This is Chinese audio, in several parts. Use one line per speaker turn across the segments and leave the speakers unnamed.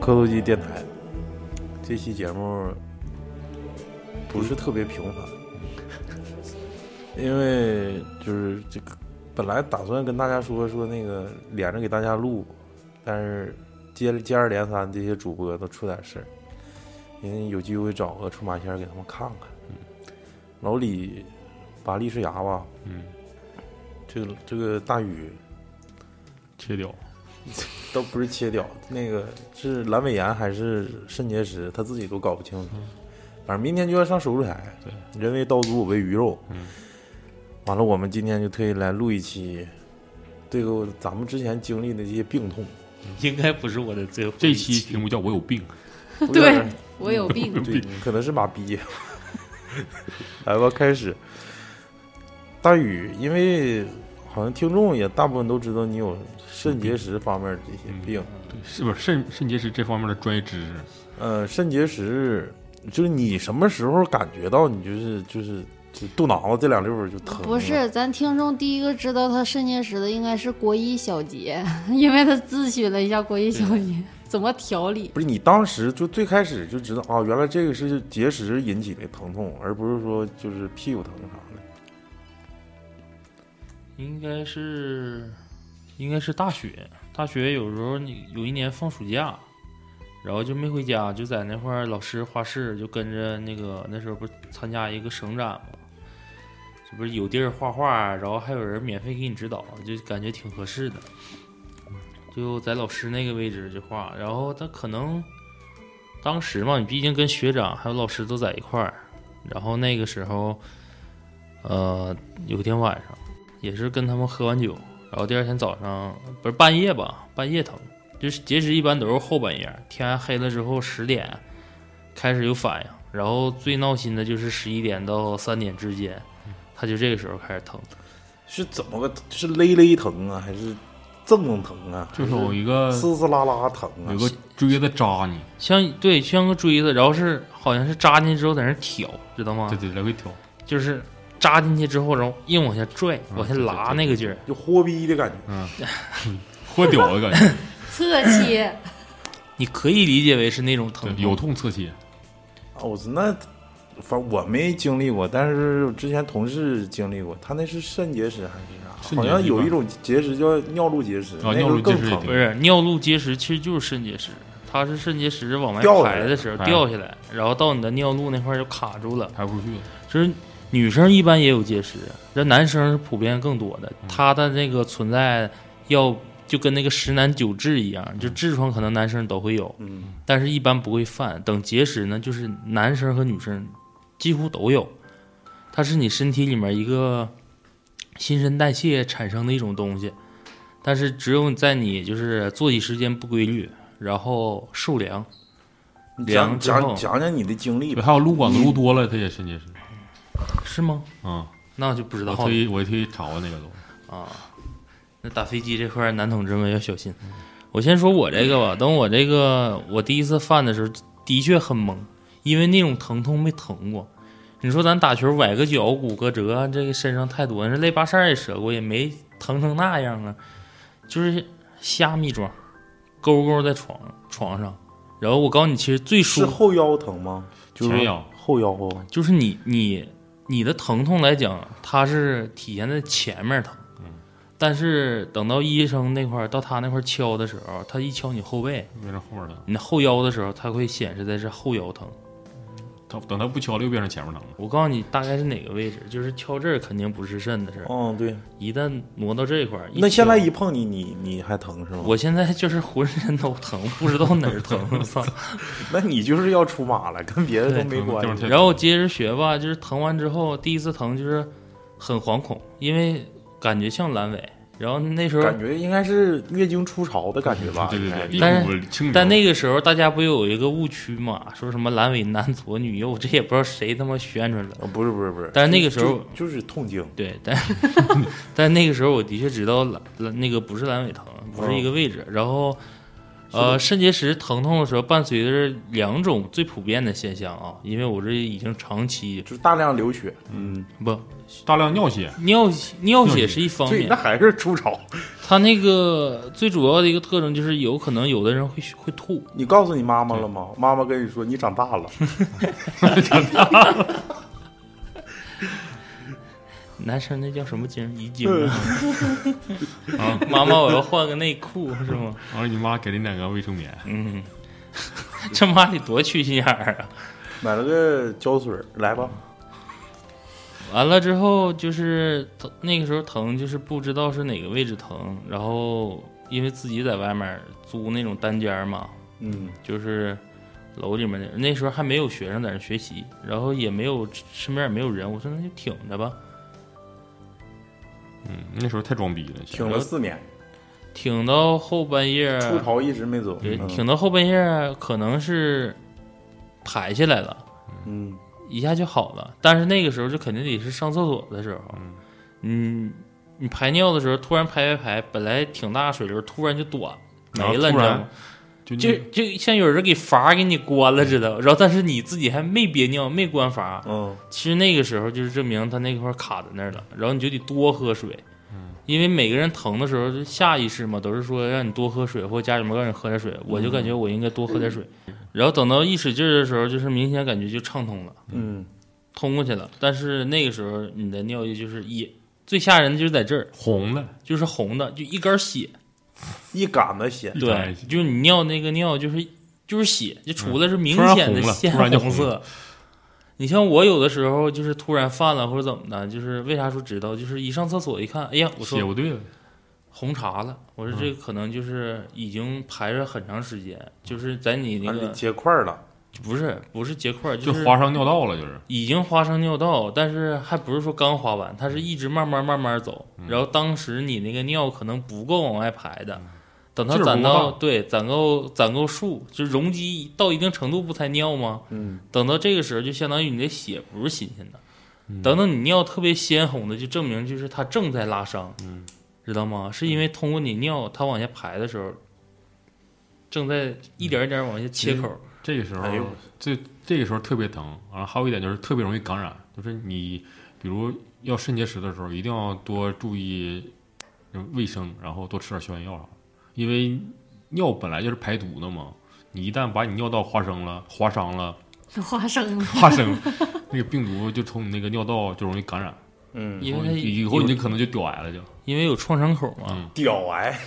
磕头机电台。这期节目不是特别频繁，因为就是这个本来打算跟大家说说那个连着给大家录，但是接接二连三这些主播都出点事儿，因为有机会找个出马仙儿给他们看看。老李拔利是牙吧，
嗯，
这个这个大宇
切掉，
都不是切掉，那个是阑尾炎还是肾结石，他自己都搞不清楚。反正明天就要上手术台。
对
人为刀俎，我为鱼肉。
嗯，
完了，我们今天就特意来录一期，对个咱们之前经历的这些病痛。
应该不是我的最后
这
一
期题目叫我有病，
有
对
点
我有病，
对，可能是马逼。来吧，开始。大宇，因为好像听众也大部分都知道你有肾结石方面的这些病。
对，是不是肾肾结石这方面的专业知识？
呃，肾结石就是你什么时候感觉到你就是就是就肚囊子这两溜儿就 疼？
不，是，咱听众第一个知道他肾结石的应该是国医小杰，因为他咨询了一下国医小杰怎么调理。
不是你当时就最开始就知道啊，原来这个是结石引起的疼痛，而不是说就是屁股疼啥的。
应该是应该是大学，大学有时候你有一年放暑假，然后就没回家，就在那块儿老师画室就跟着那个那时候不是参加一个省展嘛，这不是有地儿画画，然后还有人免费给你指导，就感觉挺合适的。就在老师那个位置就画，然后他可能当时嘛，你毕竟跟学长还有老师都在一块儿，然后那个时候，呃，有一天晚上。也是跟他们喝完酒，然后第二天早上不是半夜吧，半夜疼，就是结石一般都是后半夜，天黑了之后十点开始有反应，然后最闹心的就是十一点到三点之间，他就这个时候开始疼，
是怎么个是勒勒疼啊，还是蹭蹭疼啊？
就是
还
有一个
撕撕拉拉疼啊？
呃有个锥子扎你，
像对像个锥子，然后是好像是扎进去之后在那儿挑，知道吗
对？对，来回挑，
就是扎进去之后，然后硬往下拽，
嗯
往下
对对
拉
对
那个劲儿，
就豁逼的感觉。
豁屌的感觉，
侧切，
你可以理解为是那种 疼
对
痛，
有痛侧切，
啊，我操，那反正我没经历过，但是我之前同事经历过，他那是肾结石还是啥？
肾
好
结石
像有
吧
一种结石叫尿路结石，
啊
那
尿
个
路
更
结石也
疼
挺
不是尿路结石，其实就是肾结石，它是肾结石往外
掉下来哎
排的时候
排
掉下来，然后到你的尿路那块儿就卡住了。
排不出去，
就是女生一般也有结石，这男生是普遍更多的，
嗯
它的那个存在要就跟那个十男九痔一样，就痔疮可能男生都会有，
嗯，
但是一般不会犯。等结石呢，就是男生和女生几乎都有，它是你身体里面一个新陈代谢产生的一种东西，但是只有在你就是作息时间不规律，然后受凉，
你讲
凉之
讲
后
讲讲你的经历
对，
吧。
还有撸管子撸多了，它也肾结石，
是吗？
啊，
那我就不知道
我
了
特意我特意查过那个都，
啊。那打飞机这块儿，男同志们要小心。我先说我这个吧，等我这个我第一次犯的时候，的确很懵，因为那种疼痛没疼过。你说咱打球崴个脚、骨骼折，啊这个身上太多，那肋巴扇儿也折过，也没疼成那样啊，就是虾米状，勾勾在床床上。然后我告诉你，其实最舒
是
服
后腰疼吗？就是
前
说
腰
后腰啊
就是你你你的疼痛来讲，它是体现在前面疼，
嗯
但是等到医生那块儿到他那块儿敲的时候，他一敲你后背，
变成后面疼，
你的后腰的时候，它会显示的是后腰疼。
它等它不敲了又变成前面疼了，
我告诉你大概是哪个位置，就是敲这儿肯定不是肾的事儿，，
嗯对。
一旦挪到这块儿，一
那现在
敲
一碰你，你你还疼是吗？
我现在就是 浑身都疼，不知道哪儿疼， 我操！
那你就是要出马了，跟别的
对
都没
疼
关
地方
系。
太
然
疼
后
了
接着学吧，就是疼完之后，第一次疼就是很惶恐，因为感觉像阑尾。然后那时候
感觉应该是月经初潮的感觉吧？
对对
应该啊
对，
哎是
一
但
股清流
但那个时候大家不有一个误区嘛，说什么阑尾男左女右， 这也不知道谁他妈宣传的。
啊不是不是不是，
但是那个时候
就就是痛经，
对， 但嗯但那个时候我的确知道阑那个不是阑尾疼，不是一个位置。然后呃，肾结石疼痛的时候伴随着两种最普遍的现象啊，因为我这已经长期
就是大量流血，
嗯，
不
大量尿血，
尿尿血
血
是一方
对，那
面，
还是初潮。
它那个最主要的一个特征就是有可能有的人会会吐，
你告诉你妈妈了吗？妈妈跟你说你长大了，
男生那叫什么精？遗精啊！ 啊妈妈，我要换个内裤是吗？
然后你妈给你两个卫生棉，
嗯， 这妈得多缺心眼儿啊！
买了个胶水儿，来吧。
完了之后就是疼，那个时候疼就是不知道是哪个位置疼，然后因为自己在外面租那种单间儿嘛，
嗯，
就是楼里面的，那时候还没有学生在那学习，然后也没有身边也没有人，我说那就挺着吧，
嗯，那时候太装逼了，
挺了四年，
挺到后半夜，
初潮一直没走。
呃对，
嗯
挺到后半夜可能是排下来了。
嗯，
一下就好了。但是那个时候就肯定得是上厕所的时候，嗯，你排尿的时候突然排排排，本来挺大水流，突然就短
然后嗯
没了，你
突
知道
然
吗？
就
就
那
就像有人给阀给你关了似的，然后但是你自己还没憋尿，没关阀，
嗯，
其实那个时候就是证明他那块儿卡在那儿了，然后你就得多喝水，因为每个人疼的时候就下意识嘛，都是说让你多喝水，或家里面让你喝点水，我就感觉我应该多喝点水，然后等到一使劲儿的时候，就是明显感觉就畅通了。
嗯，
通过去了，但是那个时候你的尿液就是也最吓人的就是在这儿，
红了，
就是红的，就一根血，
一杆子血，
一
对
杆，
就是你尿那个尿就是就是血，就除了是明
突然
显的
红了
鲜
突然就
红
红
色。你像我有的时候就是突然犯了或者怎么的，就是为啥说知道，就是一上厕所一看，哎呀，我
血嗯
说
不对了，
红茶了，我说这可能就是已经排了很长时间，就是在你那
完了
个
啊结块儿了。
不是不是结块，
就是花上尿道了，就是
已经花生尿道，但是还不是说刚花完，它是一直慢慢慢慢走。
嗯
然后当时你那个尿可能不够往外排的，
嗯
等它
劲儿不
攒到
够
对攒够攒够数，就容积到一定程度不才尿吗？
嗯，
等到这个时候，就相当于你的血不是新鲜的。
嗯
等等，你尿特别鲜红的，就证明就是它正在拉伤，
嗯
知道吗？是因为通过你尿它往下排的时候，正在一点一点往下切口。
这个时候
哎呦，
这这个时候特别疼，然后还有一点就是特别容易感染，就是你比如要肾结石的时候，一定要多注意卫生，然后多吃点消炎药啥的，因为尿本来就是排毒的嘛，你一旦把你尿道划伤了、划伤了、
花生了。
划伤了， 那个病毒就从你那个尿道就容易感染，
嗯，
因为
然后
它
以后你就可能就屌癌了就，
因为有创伤口嘛，
嗯
屌癌，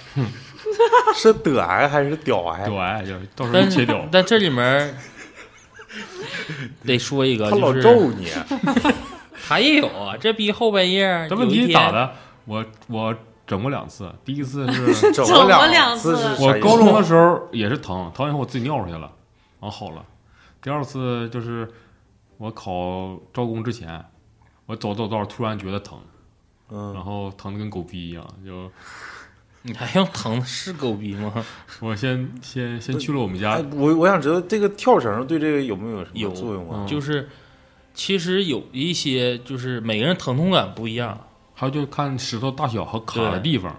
是得癌还是屌癌
屌？癌就是到时候
但
就切
是
屌。
但这里面 儿得说一个，
他老
就是
咒你，
他也有啊，这逼后半夜儿
但问
有一
题
天
咋的？我我整过两次，第一次 是
整
整
了
了两
次
次
是啥
我
意思
高中的时候也是疼，疼完以后我自己尿出去了，然后好了。第二次就是我考招工之前，我走走道突然觉得疼，然
嗯，
后疼的跟狗逼一样，就
你还用疼是狗逼吗？
我先先先去了我们
哎
家，，
我我想知道这个跳绳对这个有没有什
有
么作
嗯
用啊？
就是其实有一些就是每个人疼痛感不一样，
还有就是看石头大小和卡的
对
地方。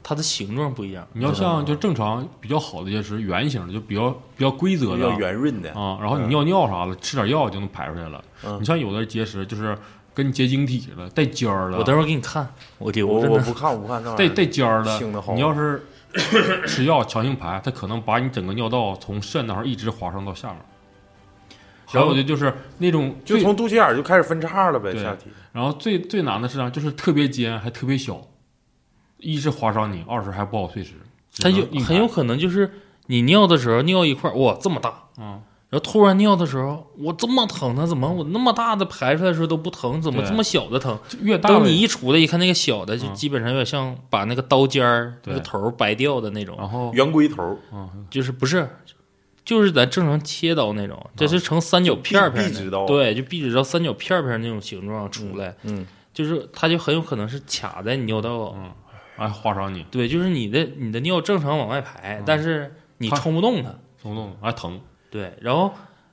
它的形状不一样。
你要像就正常比较好的结石，圆形的就比较比较规则
比
嗯的
较圆润的，
啊，然后你
嗯
尿尿啥的，吃点药就能排出来了。
嗯
你像有的结石就是跟结晶体似的，带尖儿的，
我等会儿给你看，我
我
留着
我
呢。
不看，我不看那玩意
带
儿。
带尖儿的
嗯性的好，
你要是 吃药强行排，它可能把你整个尿道从肾那块儿一直滑上到下面。还有的就是那种
就
最
从肚脐眼儿就开始分叉了呗，
对
下体。
然后最最难的是啥？就是特别尖还特别小，一是划伤你，二是还不好碎石。
它有
只能硬排
很有可能就是你尿的时候尿一块儿，哇这么大，
嗯，
然后突然尿的时候，我这么疼它怎么我那么大的排出来的时候都不疼，怎么
对
这么小的疼？
就越大
等
的
你一出来一看，那个小的就
嗯
基本上有点像把那个刀尖儿、
对啊
那个头儿掰掉的那种，
然后嗯
圆规头儿，
就是不是，就是咱正常切刀那种，这
啊
是成三角片儿片儿
壁壁纸
的，
刀啊
对，就壁纸刀三角片儿片儿那种形状出来，
嗯，
就是它就很有可能是卡在你尿道，
嗯哎划伤你，
对，就是你的你的尿正常往外排，但是你
嗯它
冲不动它，
松动还疼。
对，然后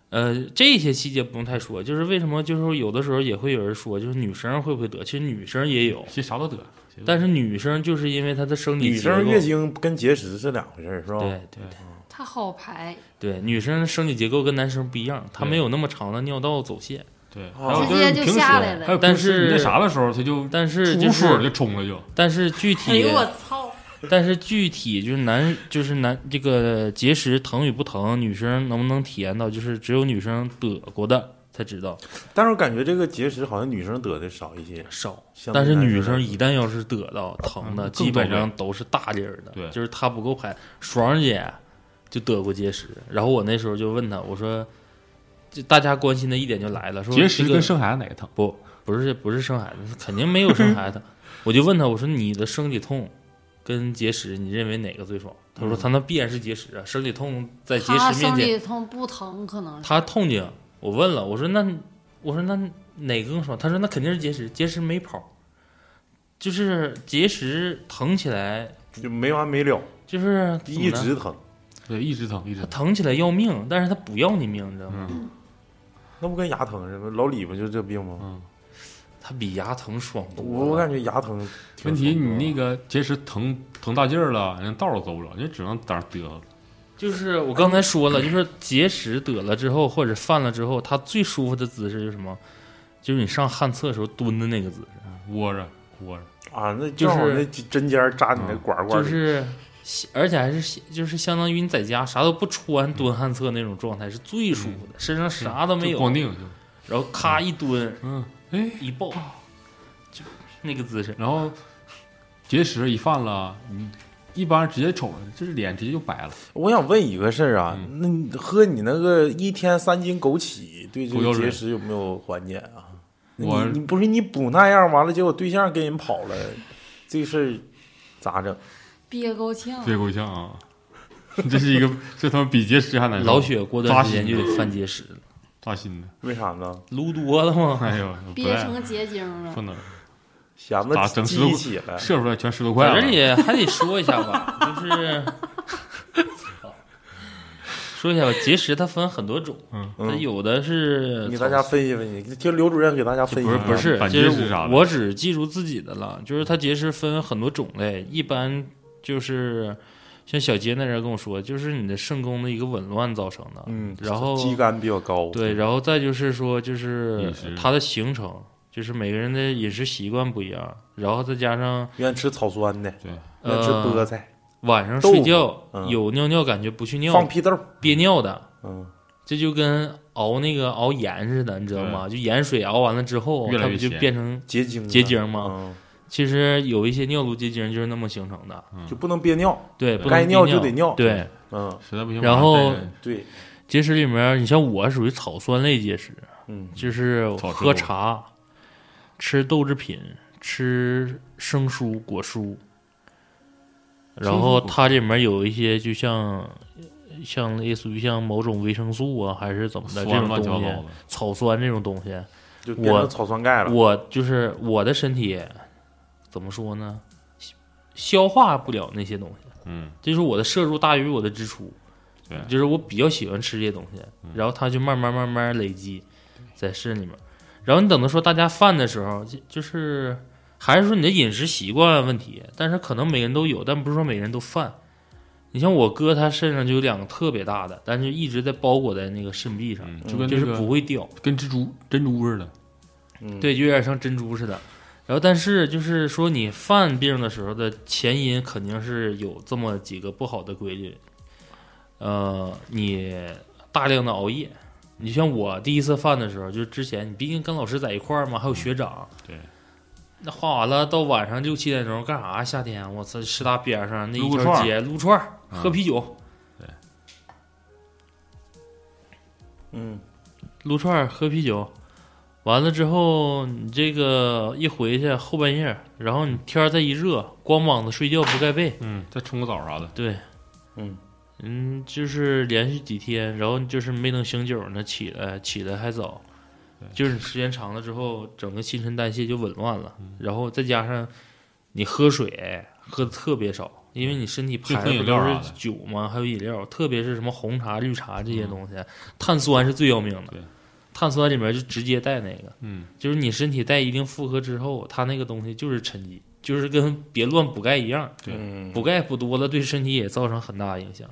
呃，这些细节不用太说，就是为什么就是有的时候也会有人说，就是女生会不会得，其实女生也有，
其实啥都得，结果
但是女生就是因为她的生理
女
结构
生月经跟节食是两回事儿，是吧？
对对
它好排，
对，女生的生理结构跟男生不一样，她
对
没有那么长的尿道走线，
对，还
哦
有
直
就是
接
你
就
平时
下来
还
了。
有
但
平时你那
是
啥的时候，他就
但是
出
就
水
是
就冲了就，
但是具
哎
体
呦我操！
但是具体就是男就是男这个结石疼与不疼，女生能不能体验到，就是只有女生得过的才知道
但是我感觉这个节食好像女生得的少一些，
少。
相对
但是
男
女
来说
生一旦要是得到疼的，
嗯
基本
更得劲
上都是大粒儿的，
对
就是她不够排。爽姐就得过结石，然后我那时候就问她，我说，就大家关心的一点就来了，说
结石
这个
跟生孩子哪个疼？
不不是不是生孩子，肯定没有 生孩子。我就问她，我说你的生理痛跟结石，你认为哪个最爽？她
嗯
说她那必然是结石啊，生理痛在结
他
石面
生
前，
理痛不疼，可能是
她痛经。我问了，我说那我说那哪个更爽？她说那肯定是结石，结石没跑，就是结石疼起来
就没完没了，
就是怎么
一
呢
直疼，
对，一直疼，一直
它
疼。
疼起来要命，但是它不要你命，你知道吗？
嗯，
那不跟牙疼似的吗？老李不就这病吗？
它比牙疼爽多
我
了。
我感觉牙疼挺
问题
爽
你
的
那个结石疼疼大劲儿了，人家道儿都走不了，人家只能在那儿嘚瑟。
就是我刚才说了，就是结石得了之后或者犯了之后，他最舒服的姿势就是什么？就是你上旱厕的时候蹲的那个姿势，
窝着窝着，
啊，那
就
正好
是嗯
那针尖儿扎你那管儿管
就
儿里，
是而且还是就是相当于你在家啥都不穿蹲旱厕那种状态是最舒服的，
嗯
身上啥都没
就
有，
光腚就
然后咔一蹲
嗯，哎，
一抱，就那个姿势。
然后结石一犯了，你一般人直接瞅着，就是脸直接就白了，
我想问一个事儿啊，
嗯
那你喝你那个一天三斤枸杞，对这
狗
个
腰
结
水
石有没有缓解啊？你
我
你不是你补那样，完了结果对象跟人跑了，这事儿咋整？
憋够呛。
别够呛啊！ 这是一个，这他妈比结石还
哎
难受。
老雪过段时间就得犯结石了，
扎心的，
为啥呢？
撸多 了吗？
哎呦，不
憋
带
成结晶了
不，能
闲
咋
子
整
记
十多
一起了，
射出来全十多块
啊
反正
了。
也还得说一下吧， 就是。 说一下吧，结石它分很多种，它
嗯，
有的是
你大家分析分析，听刘主任给大家分析啊
不
一
是
下。
不是，
板
就
结石啥
是
的
我我只记住自己的了，就是它结石分很多种类，一般就是像小杰那人跟我说，就是你的肾功的一个紊乱造成的，
嗯，
然后
肌酐比较高，
对，然后再就是说就是
饮食
它的形成，就是每个人的饮食习惯不一样，然后再加上
愿吃草酸的，
对，
愿吃菠
呃
菜，
晚上
豆
睡
腐
觉
嗯
有尿尿感觉不去
放
尿
屁豆，
憋尿的，
嗯，
这就跟熬那个熬盐似的，你知道吗？就盐水熬完了之后，
越来
它
越
不就
咸
变成
结晶
结
啊，
晶吗？
嗯，
其实有一些尿路结晶就是那么形成的，
就不能憋尿，
对，不能
该
憋
尿就得尿
对，
嗯，
实在不行。
然后
晚上
对，
结石里面，你像我属于草酸类结石，
嗯，
就是
草
喝
食动物
茶、吃豆制品、吃生蔬果蔬，然
生
后
蔬果蔬
它里面有一些就像像类似于像某种维生素啊，还是怎么
再
的
酸
这种
乱七八
东
糟
西
的，，
草酸这种东西。
就变成
我
草酸钙了。
我就是我的身体怎么说呢？消化不了那些东西，
嗯，
就是我的摄入大于我的支出，
对嗯
就是我比较喜欢吃这些东西，然后它就慢慢慢慢累积在肾里面，然后你等到说大家饭的时候，就就是还是说你的饮食习惯问题，但是可能每个人都有，但不是说每个人都犯。你像我哥，他身上就有两个特别大的，但是一直在包裹在那个肾壁上，
嗯，就跟
就
那
是不
个
会掉。
跟蜘蛛珍珠似的，
嗯，
对，就有点像珍珠似的。然后，但是就是说，你犯病的时候的前因肯定是有这么几个不好的规律。呃，你大量的熬夜，你像我第一次犯的时候，就是之前你毕竟跟老师在一块儿嘛，还有学长，
嗯对，
那画完了到晚上六七点钟干啥？夏天我操，师大边上那一
撸个
条
串儿
街撸串儿，喝
嗯
啤酒，
嗯，
撸串儿喝啤酒，完了之后你这个一回去后半夜，然后你天儿再一热，光膀子睡觉不盖被，
嗯，再冲个澡啥的，
对，
嗯
嗯，就是连续几天，然后就是没等醒酒呢，起来起来还早，就是时间长了之后，整个新陈代谢就紊乱了，
嗯
然后再加上你喝水喝的特别少，因为你身体
就
排
喝饮
不
料
都
啥的
是
嗯
酒嘛，还有饮料，特别是什么红茶、绿茶这些东西，碳酸是最要命的
对。
碳酸里面就直接带那个，
嗯，
就是你身体带一定负荷之后，它那个东西就是沉积，就是跟别乱补钙一样，
对
嗯，
补钙补多了对身体也造成很大的影响。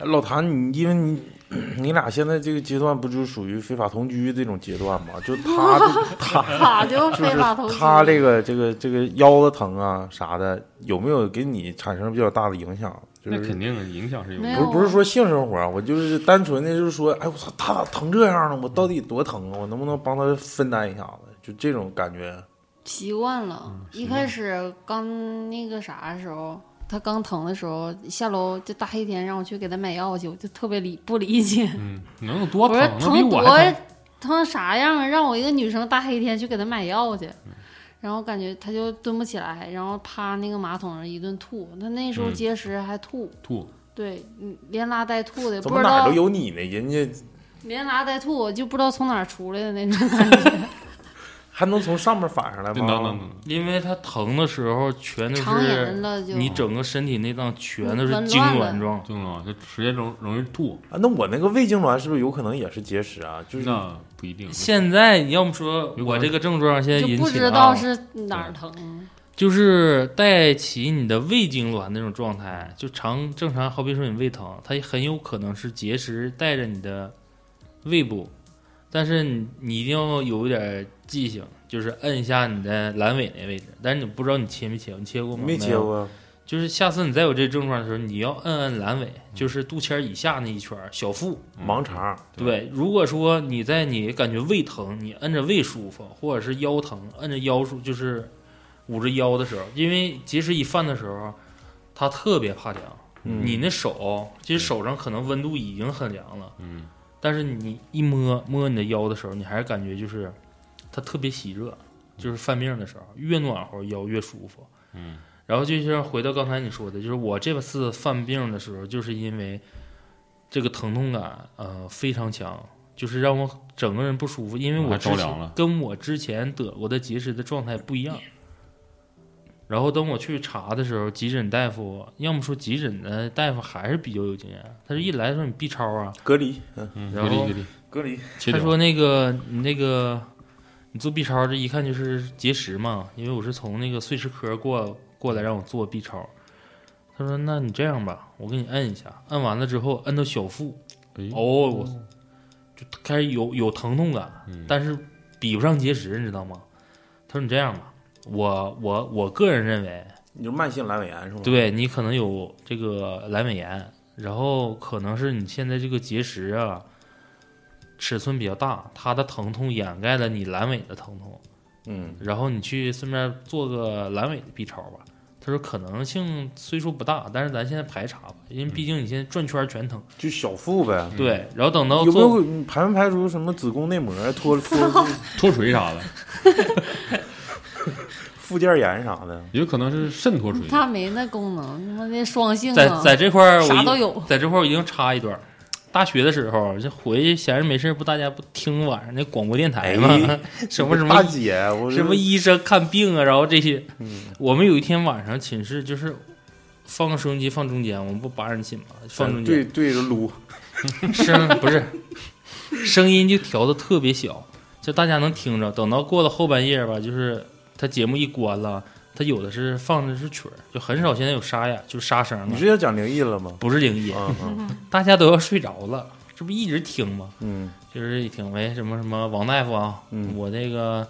老谭，你因为你 你俩现在这个阶段不就属于非法同居这种阶段吗？就 他他
咋 就
就
非法投
是
资？
他这个这个这个腰子疼啊啥的，有没有给你产生比较大的影响？就
嗯那
是
肯定影响是有
没
不是
有
不是说性生活啊，我就是单纯的就是说，哎，我操，他咋疼这样呢？我到底多疼啊？我能不能帮他分担一下子？就这种感觉，
习惯了。一开始刚那个啥的时候，他刚疼的时候，下楼就大黑天让我去给他买药去，我就特别理不理解，
嗯，能有多
我
疼？
说
能比
疼
我
多
还疼。
疼啥样啊？让我一个女生大黑天去给他买药去。然后感觉他就蹲不起来，然后趴那个马桶上一顿吐。他那时候
嗯
结石还吐，
吐，
对，嗯连拉带吐的，
怎
不
么
知
哪儿
道
都有你呢？人家
连拉带吐，我就不知道从哪儿出来的那种感觉。
还能从上面反上来
对能能
吗？
能，
因为他疼的时候全都
肠炎
是
了就嗯
你整个身体内脏全都是
紊
痉
乱
挛
了
状，
就能就直接容容易吐，
啊，那我那个胃痉挛是不是有可能也是结石啊？就是
那不一定。
现在你要么说
有可能
我这个症状现在
就
引
不
起
知
的
道
啊，
是哪儿疼。
就是带起你的胃痉挛那种状态，就常正常，好比说你胃疼，它也很有可能是结石带着你的胃部，但是你你一定要有一点记性，就是摁一下你的阑尾那位置，但是你不知道你切没切，你切过吗？
没
有
结过，
就是下次你再有这症状的时候，你要摁摁阑尾，就是肚脐儿以下那一圈儿小腹。
嗯
盲肠，
对，如果说你在你感觉胃疼，你摁着胃舒服，或者是腰疼，摁着腰舒，就是捂着腰的时候，因为结石一犯的时候，它特别怕凉。
嗯
你那手，其实手上可能温度已经很凉了，
嗯，
但是你一摸摸你的腰的时候，你还是感觉就是它特别喜热，就是犯病的时候，越暖和腰越舒服。
嗯，
然后就像回到刚才你说的，就是我这次犯病的时候，就是因为这个疼痛感呃非常强，就是让我整个人不舒服，因为我
还
之
着
前
凉了
跟我之前得过的结石的状态不一样。然后等我去查的时候，急诊大夫要么说急诊的大夫还是比较有经验，他是一来说你 B 超啊，
隔离，嗯，
嗯，
然
隔离
后
隔离，
隔离，
切
他
掉。
说那个你那个你做 B 超，这一看就是结石嘛，因为我是从那个碎石科过过来让我做 B 超。他说：“那你这样吧，我给你摁一下，摁完了之后摁到小腹，
哎
哦，我就开始有有疼痛感，
嗯
但是比不上结石，你知道吗？”他说：“你这样吧，我我我个人认为，
你就慢性阑尾炎是吗？，
对你可能有这个阑尾炎，然后可能是你现在这个结石啊，尺寸比较大，它的疼痛掩盖了你阑尾的疼痛，
嗯，
然后你去顺便做个阑尾的 B 超吧。他说可能性虽说不大，但是咱现在排查吧，因为毕竟你现在转圈儿全疼。
就小腹呗。
对，然后等到
有没
做
有你排没排除什么子宫内膜脱 脱
脱垂啥的，
附件炎啥的？
也有可能是肾脱
嗯
垂。
他没那功能，他妈那双性
在
啊，
在这块儿我
啥
一
都有。
在这块儿我一定插一段儿。大学的时候，就回去闲着没事儿不，大家不听晚上那广播电台吗？
哎
什么什么
大姐，我
什么医生看病啊，然后这些。
嗯
我们有一天晚上寝室就是放个收音机放中间，我们不八人寝嘛，放中
对
间，
对着撸，
声不是声音就调的特别小，就大家能听着。等到过了后半夜吧，就是他节目一关了，他有的是放的是曲儿，就很少现在有沙哑，就是沙声
你
了
是，要讲灵异了吗？
不是灵异，
啊，啊
嗯
大家都要睡着了，这不一直听吗？
嗯，
就是一听喂什么什么王大夫啊，
嗯
我这个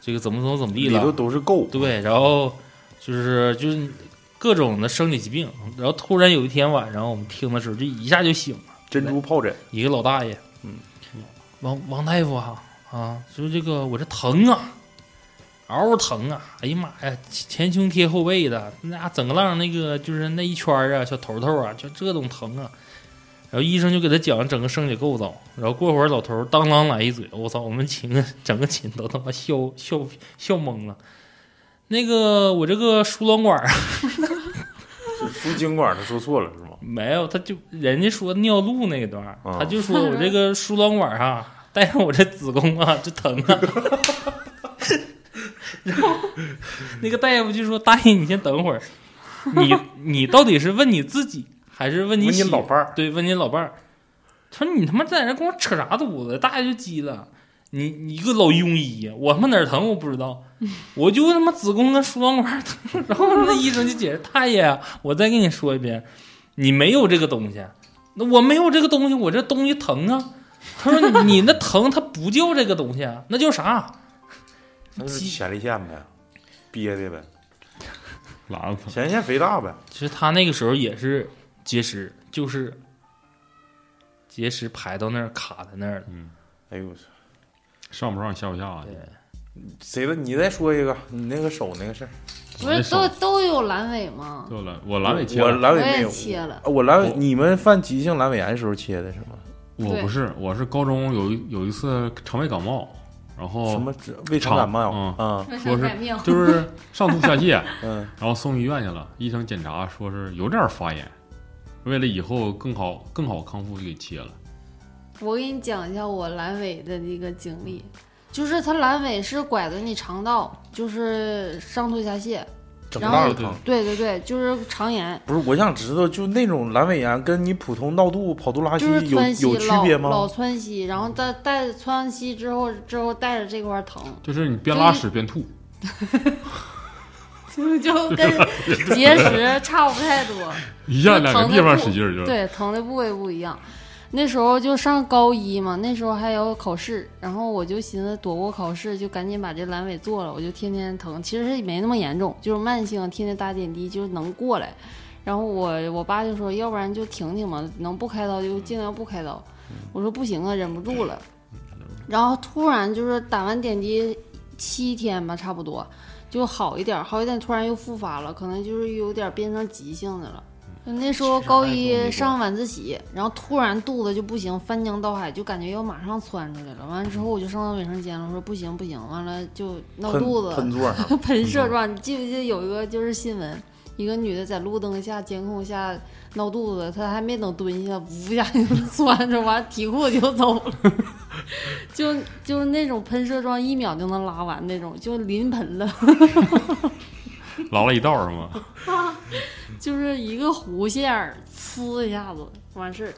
这个怎么怎么怎么地
里
了，
头都是垢，
对，然后就是就是各种的生理疾病，然后突然有一天晚上我们听的时候，就一下就醒了，
珍珠疱疹，
一个老大爷，
嗯，
王王大夫啊啊，说这个我这疼啊，嗷嗷疼啊，哎呀妈呀，前胸贴后背的，那家整个浪那个就是那一圈儿啊，小头头啊，就这种疼啊。然后医生就给他讲整个生理构造，然后过会儿老头儿当啷来一嘴，我操！我们寝 个整个寝都他妈笑笑笑懵了。那个我这个输卵管儿
是输精管他说错了是吗？
没有，他就人家说尿路那一段儿，
啊
他就说我这个输卵管儿啊， 带上我这子宫啊， 就疼啊。然后那个大夫就说：“大爷，你先等会儿，你你到底是问你自己，还是问你
问你
媳妇
老伴儿，
对，问你老伴儿，他说你他妈在这跟我扯啥犊子？大爷就急了，你你一个老庸医，我他妈哪儿疼我不知 道，我就他妈子宫跟输卵管疼， 然后那医生就解释，大爷啊，我再跟你说一遍，你没有这个东西，那我没有这个东西，我这东西疼啊。他说你那疼，它不叫这个东西，啊那叫啥？
那就是
鸡
前列腺呗，憋的呗，
拉子
前列腺肥大呗，
其实他那个时候也是结石，就是结石排到那儿卡在那儿了。
嗯
哎呦我操！
上不上下不下啊
对？
谁的？你再说一个，你那个手那个事儿，
不是都都有阑尾吗？
对了，我阑尾切
我阑
了，
我
尾没
也
有，
切了，
我阑尾
我，
你们犯急性阑尾癌时候切的是吗？
我不是，我是高中有一有一次肠胃感冒，然后
什么这胃肠感冒
哦肠
啊？
说是
改命
就是上吐下泻，
嗯
然后送医院去了，医生检查说是有点发炎，为了以后更好更好康复就给切了。
我给你讲一下我阑尾的那个经历，
嗯
就是它阑尾是拐着你肠道，就是上吐下泻。
整
然
大
后
的疼。
对对对，就是肠炎，
不是，我想知道，就那种阑尾炎跟你普通闹肚、跑肚拉稀
就是
有
窜稀
有区
老
别
老
吗？
窜稀，然后带带窜稀之后之后带着这块儿疼，
就是你边拉屎边吐，
就就 跟结石差不太多。
一下两个地方使劲儿就。
对，疼的部位不一样。那时候就上高一嘛，那时候还有考试，然后我就寻思躲过考试，就赶紧把这阑尾做了，我就天天疼，其实也没那么严重，就是慢性，天天打点滴就能过来。然后我我爸就说，要不然就停停嘛，能不开刀就尽量不开刀。我说不行啊，忍不住了。然后突然就是打完点滴七天吧，差不多就好一点儿，好一点，突然又复发了，可能就是有点变成急性的了。就那时候高一上晚自习，然后突然肚子就不行，翻江倒海，就感觉要马上窜出来了。完了之后我就上到卫生间了，我说不行不行，完了就闹
喷
肚子，
喷 座上，
喷射状，你记不记得有一个就是新闻，一个女的在路灯下监控下闹肚子，她还没等蹲下，呜一下就窜着，完提裤就走了， 就就是那种喷射状，一秒就能拉完那种，就临盆了，
拉了一道是吗？
就是一个弧线儿，呲一下子完事儿。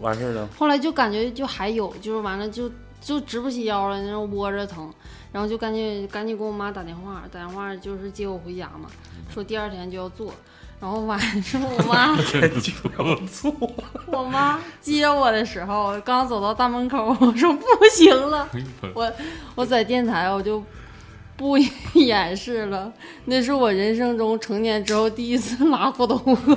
完事儿了。
后来就感觉就还有，就是完了就就直不起腰了，那种窝着疼，然后就赶紧赶紧给我妈打电话，打电话就是接我回家嘛，说第二天就要做，然后完之后我妈 我妈接我的时候，我刚走到大门口，我说不行了，我在电台我就。不掩饰了，那是我人生中成年之后第一次拉裤兜子，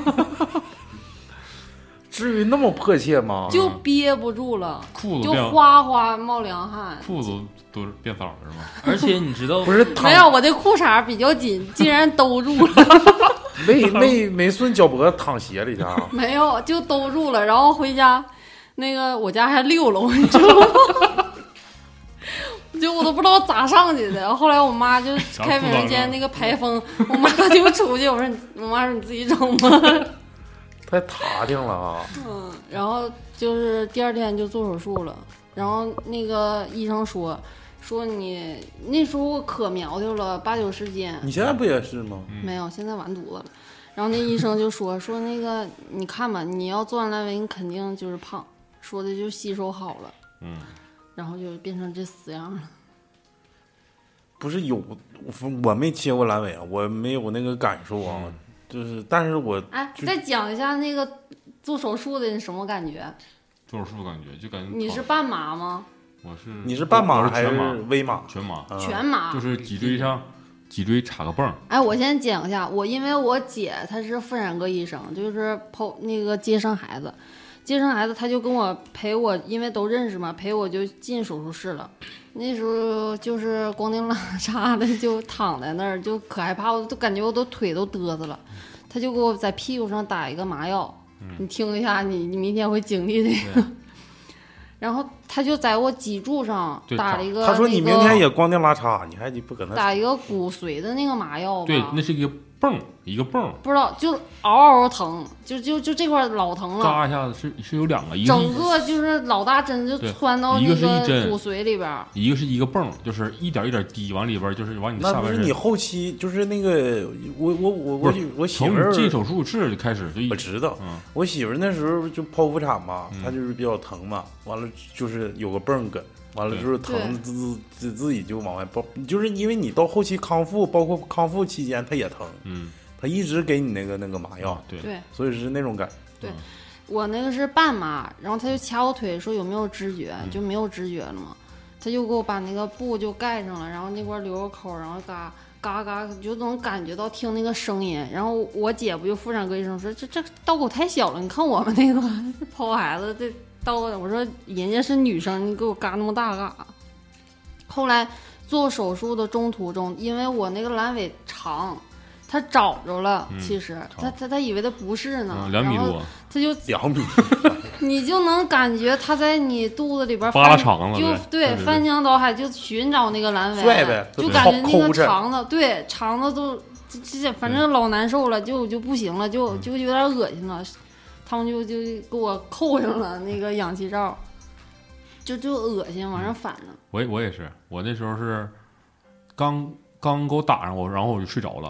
至于那么迫切吗？
就憋不住了，
裤子
就
变
哗哗冒凉汗。
裤子都变色儿了是吗？
而且你知道
不是躺
没有，我的裤衩比较紧，竟然兜住了。？
没没没顺脚脖子躺鞋里去啊
没有，就兜住了。然后回家，那个我家还六楼，你知道吗？ 就我都不知道咋上去的。后来我妈就开卫生间那个排风，我妈就出去。我说你，我妈说你自己整吧。
太塌挺了啊！
嗯，然后就是第二天就做手术了，然后那个医生说。说你那时候我可苗条了，八九十斤，
你现在不也是吗？
没有，现在完犊子了。然后那医生就说 说那个，你看吧，你要做完阑尾，你肯定就是胖，说的就是吸收好了，
嗯，
然后就变成这死样了。
不是有我我没切过阑尾啊，我没有那个感受啊。
嗯
就是，但是我
哎，
就
再讲一下那个做手术的你什么感觉？
做手术感觉就感觉
你是
躺
半麻吗？
我是
你是半
我
马
是
还
全
是
麻
微马？
全麻，
啊
全麻
就。是脊椎上脊椎插个泵儿，
哎，我先讲一下，我因为我姐她是妇产科医生，就是剖那个接生孩子，接生孩子她就跟我陪我，因为都认识嘛，陪我就进手术室了。那时候就是光腚拉碴的就躺在那儿，就可害怕，我都感觉我都腿都嘚瑟了。她就给我在屁股上打一个麻药，你听一下，你你明天会经历这个。 然后她就在我脊柱上
对
打
她
了一个那个，
他说你明天也光腚拉碴，你还得不搁那
打一个骨髓的那个麻药吧？
对，那是一个泵儿，一个泵儿，
不知道就嗷嗷疼，就就就这块儿老疼了，
扎一下子是是有两个，一个
嗯整
是
个就是老大针就
对
穿到
一
那
个是一针
骨髓里边儿。
一个是一个泵儿，就是一点一点滴往里边儿，就是往你的
那
下
不
半
是
身
你。后期就是那个我我我我
不是
我媳
从
妇
你
儿
进手术室就开始就一
我知道，
嗯
我媳妇儿那时候就剖腹产嘛，
嗯
她就是比较疼嘛，完了就是有个泵梗，完了就是疼
对
自自自自己就往外爆，就是因为你到后期康复，包括康复期间她也疼，
嗯
她一直给你那个那个麻药，
对
对
所以是那种感觉。
我那个是半麻，然后他就掐我腿说有没有知觉，
嗯
就没有知觉了嘛。他就给我把那个布就盖上了，然后那块儿留个口，然后嘎嘎嘎，就能感觉到听那个声音。然后我姐不就妇产科医生说这这刀口太小了，你看我们那个 剖孩子这刀，我说人家是女生，你给我嘎那么大干啥？后来做手术的中途中，因为我那个阑尾长，他找着了，
嗯
其实
长
他他他以为他不是呢，
嗯，两米
然后
多，
他就
两米，
你就能感觉他在你肚子里边
扒拉
翻，
肠子
就
对
对
对
翻江倒海，就寻找那个阑尾，啊
拽呗
就
对
感觉
抠
那
抠
个
着
肠子，对肠子都这这反
嗯
正老难受了，就就不行了，就就有点恶心了，他们就就给我扣上了那个氧气罩，就就恶心往上反呢，
我也我也是，我那时候是刚刚给我打上我，然后我就睡着了，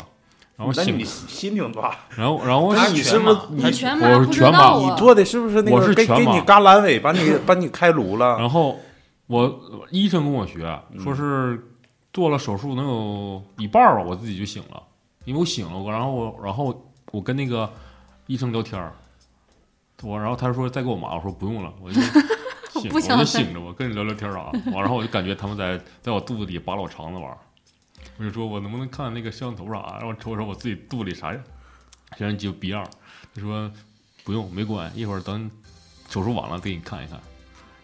然后
那
醒
你，心挺大。
然后然后我
那
醒
你是不是你
你
还
全麻
嗯我
不
是
知
全麻
道，
你
啊，
做的是不是那
我
个
是
给
全
给
麻嗯
你嘎阑尾，把 你把你开颅
啊
了？
然后我医生跟我学，
嗯
说是做了手术能有一半儿吧，我自己就醒了，因为我醒了，我然后我然后我跟那个医生聊天儿，我然后他说再给我麻，我说不用了， 我就醒，
不
我
想
就
再
醒着，我跟你聊聊天儿啊，完然后我就感觉他们在在我肚子里扒拉我肠子玩儿，我就说我能不能看那个摄像头啥、让我瞅瞅我自己肚子里啥样，摄像机有逼样儿，他说不用没关，一会儿等手术完了给你看一看。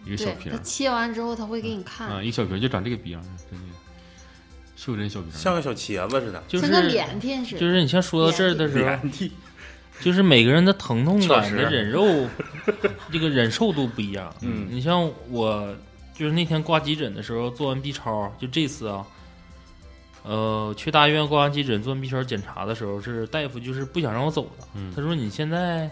一个小
对
瓶
他
儿，
切完之后他会给你看，
啊，一小瓶儿就长这个逼样儿，真的，袖珍小瓶儿，
像个小茄子似的，
就
像个
是
脸片似的，
就是你像说到这儿的时候，
连地
就是每个人的疼痛感
确
的
实
忍受，这个忍受度不一样。
嗯
你像我，就是那天挂急诊的时候做完 B 超，就这次啊，呃，去大医院挂完急诊做完 B 超检查的时候，是大夫就是不想让我走的，
嗯
他说你现在。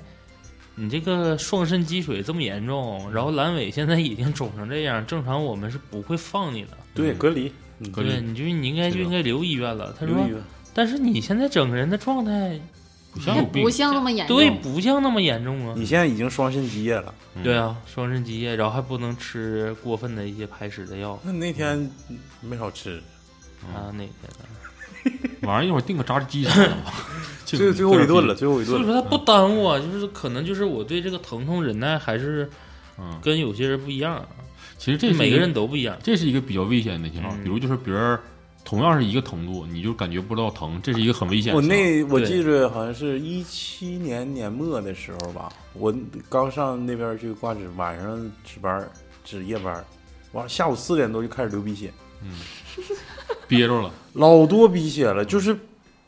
你这个双肾积水这么严重，然后阑尾现在已经肿成这样，正常我们是不会放你的。
对隔离，嗯
隔
对，
离
你就你应该就
对的
应该留医院了。他
留
说
一，个
但是你现在整个人的状态，
不像
还
有病
不，像那么严重，
对，不像那么严重啊。
你现在已经双肾积液了。
嗯
对，啊，双肾积液，然后还不能吃过分的一些排石的药
那那天没少吃，
啊，那个。
晚上一会儿订个炸鸡啥 的吧，就
最最后一顿了，，
就
最后一
所以
顿了。
说它不耽误啊，就是可能就是我对这个疼痛忍耐还是
嗯，
跟有些人不一样啊，
其实这
这
是一
每个人都不一样。
这是一个比较危险的情况，
嗯
比如就是别人同样是一个疼度，你就感觉不知道疼，这是一个很危险
我
的情况。
那我
对
记着好像是一七年年末的时候吧，我刚上那边去挂值，晚上值班儿值夜班儿，完下午四点多就开始流鼻血，
憋着了，
老多鼻血了，就是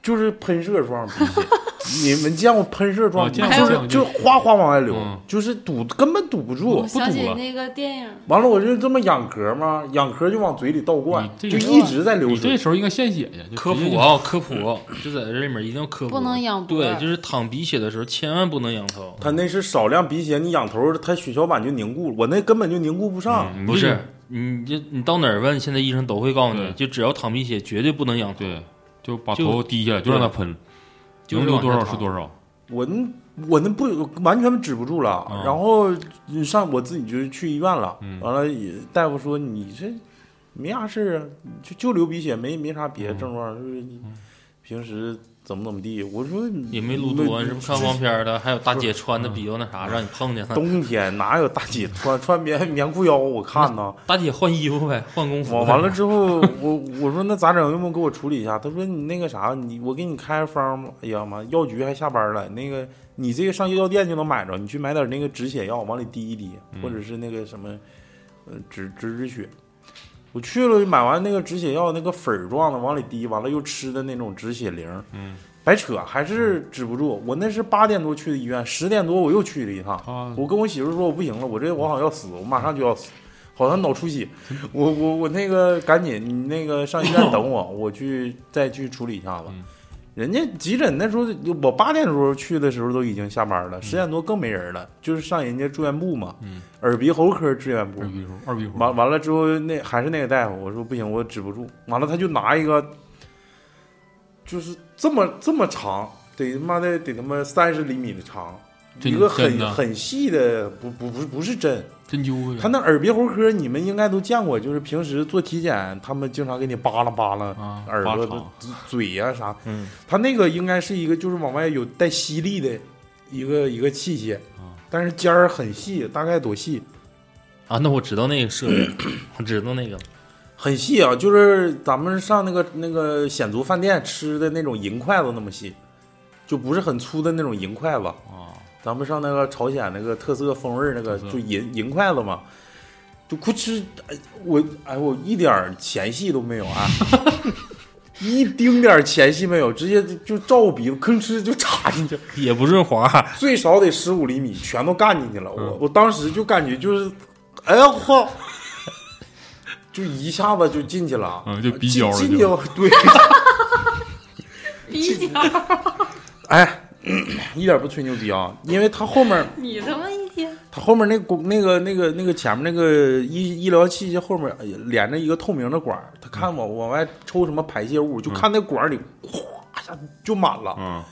就是喷射状鼻血。你们见过喷射状
我
鼻
见
血？
过
就是
见
就
过
哗哗往外流
嗯，
就是堵根本堵不住
我。想
不
起
堵了
那个电 影。
完了，我就这么养嗝嘛，养嗝就往嘴里倒灌，
你这
就
个
一直在流
你这
水。
时候应该献血去，就
科
直接
普
就，
啊，科普，就在这里面一定要科普，
不能仰脖
对，就是淌鼻血的时候千万不能仰头，
他那是少量鼻血，你仰头，它血小板就凝固了。我那根本就凝固不上。
嗯
不是，你这你到哪儿问，现在医生都会告诉你，
对
就只要淌鼻血绝对不能仰头，
对，就把
就
头低下来，就让它喷，
就
能
是
流
往
多
下
少是
淌
多少。
我那我那不完全止不住了，
嗯
然后上我自己就去医院了。
嗯
完了，也大夫说你这没啥事儿啊，就就流鼻血，没没啥别的
嗯
症状，就是你平时怎么怎么地。我说
也没撸
啊
多，你是不是看嗯
这
黄片儿的？还有大姐穿的比较那啥，让你碰见她。
冬天哪有大姐穿穿棉棉裤腰？我看呢。
大姐换衣服呗，换工服
完
呗。
完了之后，我我说那咋整？要不给我处理一下？他说你那个啥，你我给你开个方吧。哎呀妈，药局还下班了，那个你这个上药店就能买着，你去买点那个止血药，往里滴一滴，或者是那个什么，呃，止止止血。我去了，买完那个止血药，那个粉儿状的往里滴，完了又吃的那种止血灵，
嗯，
白扯，还是止不住。我那是八点多去的医院，十点多我又去了一趟。
他
我跟我媳妇说，我不行了，我这我好像要死，我马上就要死，好像脑出血，
嗯
我我我那个赶紧，你那个上医院等我，我去再去处理一下子
嗯。
人家急诊那时候，我八点的时候去的时候都已经下班了，十点多更没人了，就是上人家住院部嘛，
嗯
耳鼻喉科住院部
二。逼猴，二逼猴，
完完了之后，那还是那个大夫，我说不行，我止不住。完了，他就拿一个，就是这么这么长，得他妈的得他妈三十厘米的长，
这
一个
真
很
的
很细的，不不不是不是针，
针灸
他
啊
那耳鼻喉科你们应该都见过，就是平时做体检，他们经常给你扒拉扒拉
啊，
耳
八
朵的
肠
嘴、嘴呀、啥。
嗯，
他那个应该是一个就是往外有带吸力的一个一个器械
啊，
但是尖儿很细，大概多细？
啊，那我知道那个设备， 我知道那个了。
很细啊，就是咱们上那个那个显族饭店吃的那种银筷子那么细，就不是很粗的那种银筷子。
啊，
咱们上那个朝鲜那个特色风味儿那个
特色
就银银筷子嘛，就哭哧，哎我哎我一点儿前戏都没有 啊，一丁点儿前戏没有，直接就就照我鼻子吭哧就插进去，
也不润滑，
最少得十五厘米，全都干进去了。
嗯
我我当时就感觉就是，哎呀嚯， 就一下子就进去了，
嗯就逼交了
进进
就
去了，对，
逼你，
哎， 一点不吹牛逼啊，因为他后面。
你他妈一天
它后面那个那个那个那个前面那个医医疗器械后面哎呀连着一个透明的管儿，他看往往外抽什么排泄物，就看那管儿里哗一下就满了，
嗯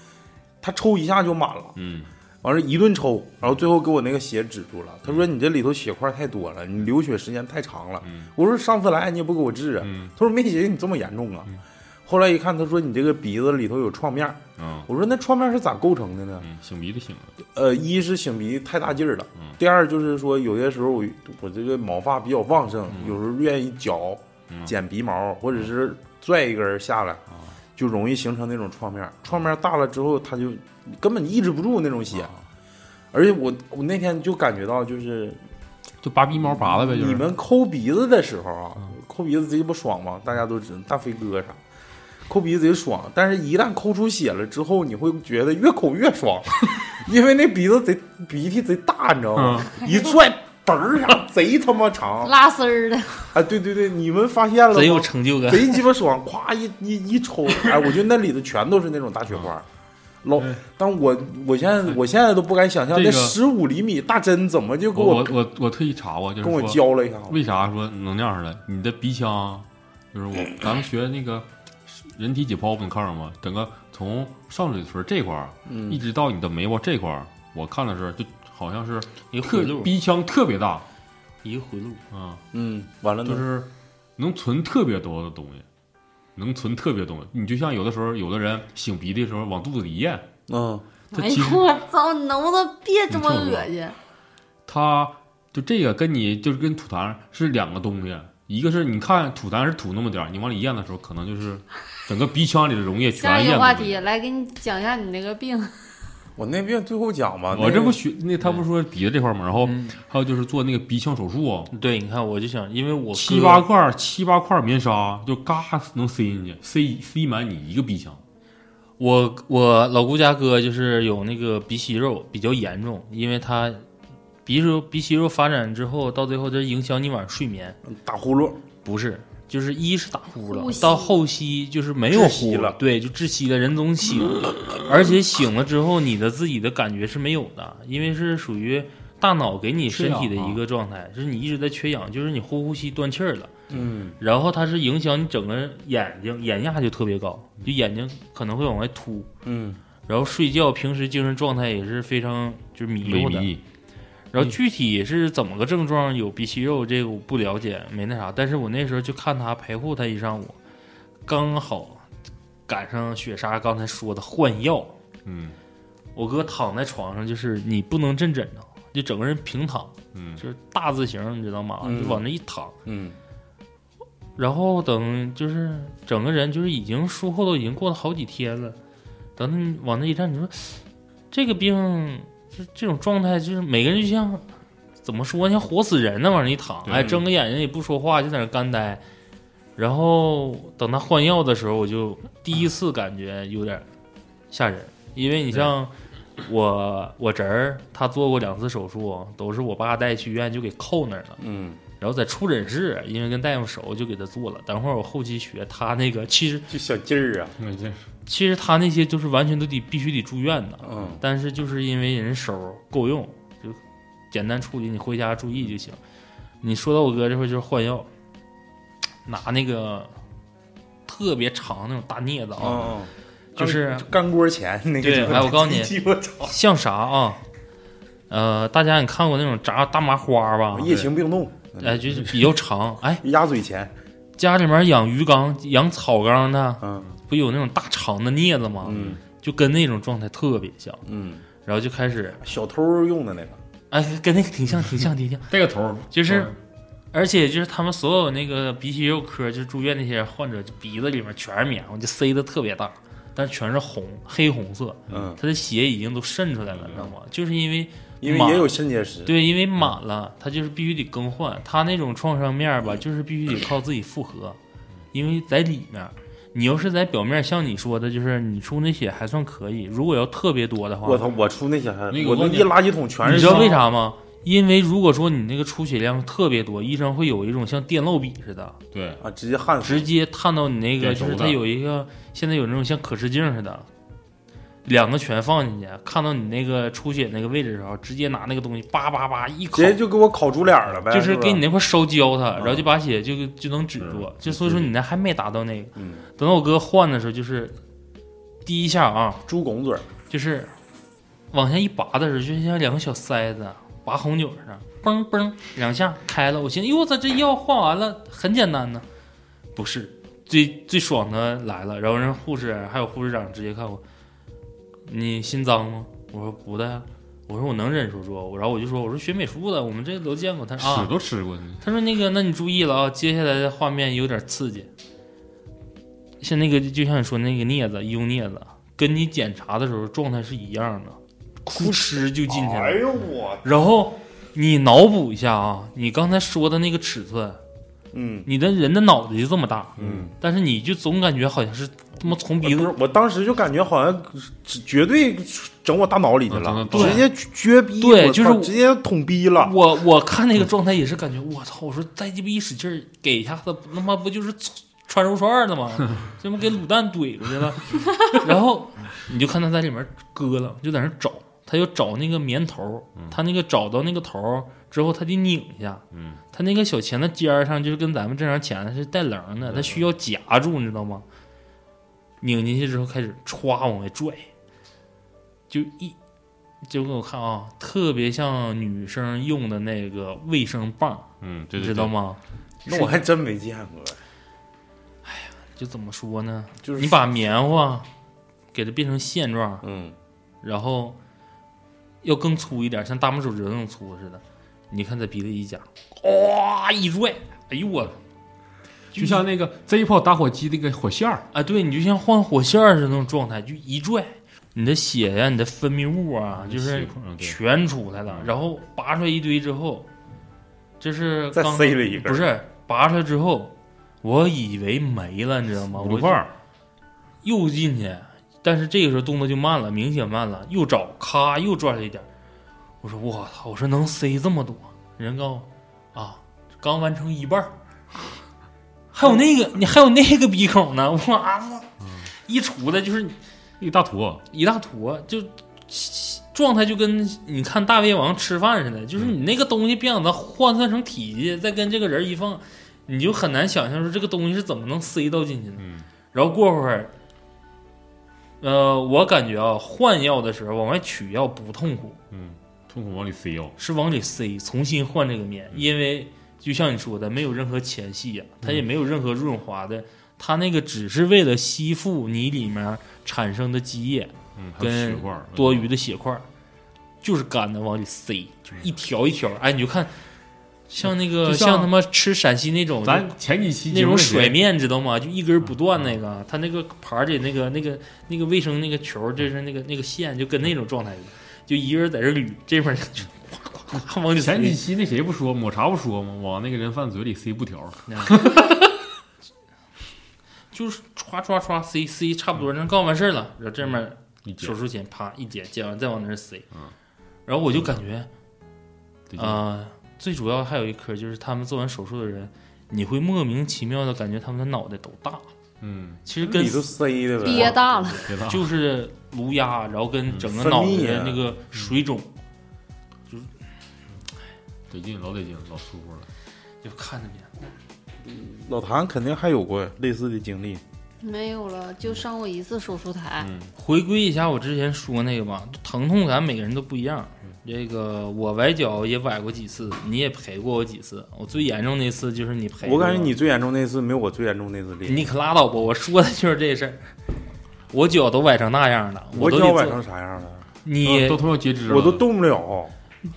他抽一下就满了，
嗯，
完了一顿抽，然后最后给我那个血止住了。他说你这里头血块太多了，你流血时间太长了。
嗯
我说上次来你也不给我治啊，
嗯
他说没寻思你这么严重啊。后来一看，他说你这个鼻子里头有创面儿，
嗯
我说那创面儿是咋构成的呢？
嗯，擤鼻子擤的，
呃，一是擤鼻太大劲儿了，
嗯
第二就是说有些时候我我这个毛发比较旺盛，
嗯
有时候愿意绞、
嗯
剪鼻毛，或者是拽一根儿下来，
啊
就容易形成那种创面儿。创面儿大了之后，它就根本抑制不住那种血。
啊
而且我我那天就感觉到，就是
就拔鼻毛拔的呗，就是
你们抠鼻子的时候啊，
嗯
抠鼻子贼不爽吗？大家都知道，大飞哥啥，抠鼻子贼爽。但是，一旦抠出血了之后，你会觉得越抠越爽， 因为那鼻子贼鼻涕贼大，你知道吗？
嗯
一拽，嘣儿啥，贼他妈长。
拉丝 儿的，
哎，对对对，你们发现了
贼有
吗？
成就感。
贼鸡巴爽，咵一一一抽，哎，我觉得那里头全都是那种大雪花。老
嗯，
但我我现在我现在都不敢想象
这
那
个
十五厘米大针怎么就给
我
我
我我我特意查过，就是
跟我
说
浇了一下子。
为啥说能那样似的？你的鼻腔，就是我咱们学那个人体解剖，不能看着吗？整个从上嘴唇这块儿，
嗯
一直到你的眉毛这块儿，我看的是就好像是
一个
特
回路，
鼻腔特别大，
一个回路，
啊，
嗯，完了呢
就是能存特别多的东西，能存特别多东西。你就像有的时候，有的人擤鼻的时候往肚子里咽，
嗯，
他
哎
其
呦
实
我操，你能不能别这么
你听我
恶心？
它就这个跟你就是跟吐痰是两个东西，一个是你看吐痰是吐那么点儿，你往里咽的时候，可能就是 整个鼻腔里的溶液
下
全
一
咽
个话
了进
题，
去。
来给你讲一下你那个病，
我那病最后讲吧，
我
那
这不学那他不是说鼻子这块儿吗？然后
嗯
还有就是做那个鼻腔手术啊，
对，你看，我就想，因为我
七
哥
八块儿七八块儿棉纱就嘎能塞进去，塞塞满你一个鼻腔。
我我老姑家哥就是有那个鼻息肉比较严重，因为他鼻息肉鼻息肉发展之后，到最后就是影响你晚上睡眠，
打呼噜，
不是，就是一是打呼了
呼，吸
到后期就是没有
窒息
呼
了
对，就窒息了，人总醒， 而且醒了之后你的自己的感觉是没有的，因为是属于大脑给你身体的一个状态，
啊
就是你一直在缺氧，就是你呼呼吸断气儿了。
嗯，
然后它是影响你整个眼睛，眼压就特别高，就眼睛可能会往外凸，
嗯，
然后睡觉平时精神状态也是非常就是迷
萎
糊的。
靡，
然后具体是怎么个症状有鼻息肉这个我不了解，没那啥。但是我那时候就看他陪护他一上午，刚好赶上雪莎刚才说的换药，
嗯
我哥躺在床上就是你不能正枕着，就整个人平躺，
嗯
就是大字形，你知道吗？
嗯
就往那一躺。
嗯，
然后等就是整个人就是已经术后都已经过了好几天了，等你往那一站，你说这个病就这种状态，就是每个人就像怎么说，像活死人那往那一躺，
对
哎，睁个眼睛也不说话，就在那干呆。然后等他换药的时候，我就第一次感觉有点吓人，因为你像我我侄儿，他做过两次手术，都是我爸带去医院就给扣那儿了。
嗯，
然后在出诊室，因为跟大夫熟，就给他做了。等会儿我后期学他那个，其实
就小劲儿啊，
那这
其实他那些就是完全都得必须得住院的，
嗯，
但是就是因为人手够用，就简单处理，你回家注意就行。你说到我哥这块儿就是换药，拿那个特别长那种大镊子啊，
嗯，
就是
干锅钱那个
对
就是
哎我告诉你
我操，
像啥啊？呃，大家你看过那种炸大麻花吧？
夜行病动，
哎，就是比较长。哎，
鸭嘴钳，
家里面养鱼缸、养草缸的，
嗯
不有那种大长的镊子吗？
嗯
就跟那种状态特别像。
嗯，
然后就开始，
小偷用的那个，
哎，跟那个挺像，挺像，挺像。
带个头儿，
就是
嗯
而且就是他们所有那个鼻息肉科，就是住院那些患者，就鼻子里面全是棉花，就塞的特别大，但全是红黑红色，
嗯，
他的血已经都渗出来了，你知道吗？就是因为
因为
马
也有肾结石，
对，因为满了，他就是必须得更换。他那种创伤面儿吧，就是必须得靠自己复合，因为在里面儿，你要是在表面儿，像你说的，就是你出那血还算可以。如果要特别多的话，
我操，我出那些还，
那个
我那
关键
一垃圾桶全
你
是
知道
伤，
为啥吗？因为如果说你那个出血量特别多，医生会有一种像电烙笔似的，
对，
啊？直接焊死，
直接探到你那个，
嗯电
就
轴
是它
的
有一个现在有那种像可视镜似的，两个全放进去，看到你那个出血那个位置的时候，直接拿那个东西叭叭叭一
直
口
接就给我烤猪脸了呗，
就是
吧
给你，那块烧焦它，
嗯
然后就把血就就能止住。就所以说你那还没达到那个。
嗯，
等到我哥换的时候，就是第一下啊，
猪拱嘴儿，
就是往下一拔的时候，就像两个小塞子拔红酒似的，嘣嘣两下开了。我寻思，哎哟，我操，这药换完了很简单呢，不是最最爽的来了。然后人护士还有护士长直接看我，你心脏吗？我说不带啊。我说我能忍手术，然后我就说我说学美术的，我们这都见过。他说啊
屎，都吃过呢，
他说：“那个，那你注意了啊，接下来的画面有点刺激，像那个就像你说那个镊子，医用镊子，跟你检查的时候状态是一样的，哭哧就进去了。
哎呦我，
然后你脑补一下啊，你刚才说的那个尺寸，
嗯
你的人的脑袋就这么大，
嗯。
但是你就总感觉好像是他妈从鼻
不
子
是，我当时就感觉好像只绝对整我大脑里去了
嗯，对
直接撅逼，我
对
操
就是
直接捅逼了。
我我看那个状态也是感觉，我操！我说再鸡巴一使劲儿，给一下子，他妈不就是穿肉串儿了吗？ 这不给卤蛋怼出去了， 然后你就看他在里面搁了，就在那儿找，他就找那个棉头儿，他那个找到那个头儿之后，他得拧一下，
嗯，
他那个小钳子尖儿上就是跟咱们正常钳子是带棱儿的，他需要夹住，你知道吗？拧进去之后开始歘往外拽，就一就给我看啊，特别像女生用的那个卫生棒，
嗯，对
你
对，
知道吗？
那我还真没见过，
就怎么说呢？
就是
你把棉花给它变成线状，
嗯
然后要更粗一点，像大拇手指头那种粗似的。你看在鼻子一夹，哇、一拽，哎呦我，
对，就像那个 Z 炮打火机那个火线儿，
啊，对你就像换火线儿似的那种状态，就一拽，你的血呀、你的分泌物啊，就是
血块嗯对
全出来了。
嗯
然后拔出来一堆之后，这是
再
刚
塞了一根儿
不是拔出来之后，我以为没了，你知道吗？
五
我
六块
就
儿，
又进去，但是这个时候动作就慢了，明显慢了，又找，咔又拽了一点儿。我说我操，我说能塞这么多？人告诉我啊，刚完成一 半儿，还有那个你还有那个鼻孔呢，我操！
嗯
一杵的就是
一大坨，
一大坨，就状态就跟你看大胃王吃饭似的，就是你那个东西别让它换算成体积，再跟这个人一放，你就很难想象说这个东西是怎么能塞到进去的。
嗯
然后过会儿，呃，我感觉啊，换药的时候往外取药不痛苦，
嗯，痛苦往里塞药，
是往里塞，重新换这个面，因为就像你说的，没有任何前戏呀、它也没有任何润滑的，它那个只是为了吸附你里面产生的积液。
嗯，还有
跟
血块儿，
多余的血块，儿，就是干的往里塞，就是一条一条。哎，你就看，像那个
就像
他妈吃陕西那种，
嗯咱前几期
那
节目
种
里嗯
甩面，知道吗？就一根儿不断那个，它那个盘儿里那个那个那个卫生那个球儿，就是那个那个线，就跟那种状态一样，就一个人在这捋，这边儿就哗哗哗 往里塞
嗯前。几期那谁不说抹茶不说吗？往那个人饭嘴里塞布条儿，
就是歘歘歘塞塞，差不多，那干完事儿了，然后这面儿
一截
手术钳啪一剪，剪完再往那儿塞
嗯，
然后我就感觉
对劲
啊、最主要还有一科就是他们做完手术的人，你会莫名其妙的感觉他们的脑袋都大，
嗯，
其实跟
里头塞的呗，啊
憋大了，
别的
就是颅压，然后跟整个
分
脑
泌
袋
啊
那个水肿，
嗯
得劲，老得劲，老舒服了。
就看着你。
老谭肯定还有过类似的经历，
没有了，就上过一次手术台。
嗯
回归一下我之前说那个吧，疼痛感每个人都不一样。这个我崴脚也崴过几次，你也陪过我几次。我最严重那次就是你陪
我
过
感觉你最严重那次没有我最严重那次厉害。
哎你可拉倒吧！我说的就是这事儿。我脚都崴成那样了，
我
都
脚
得
崴
做
成啥样了？
你
啊都他妈截肢了，
我都动不了。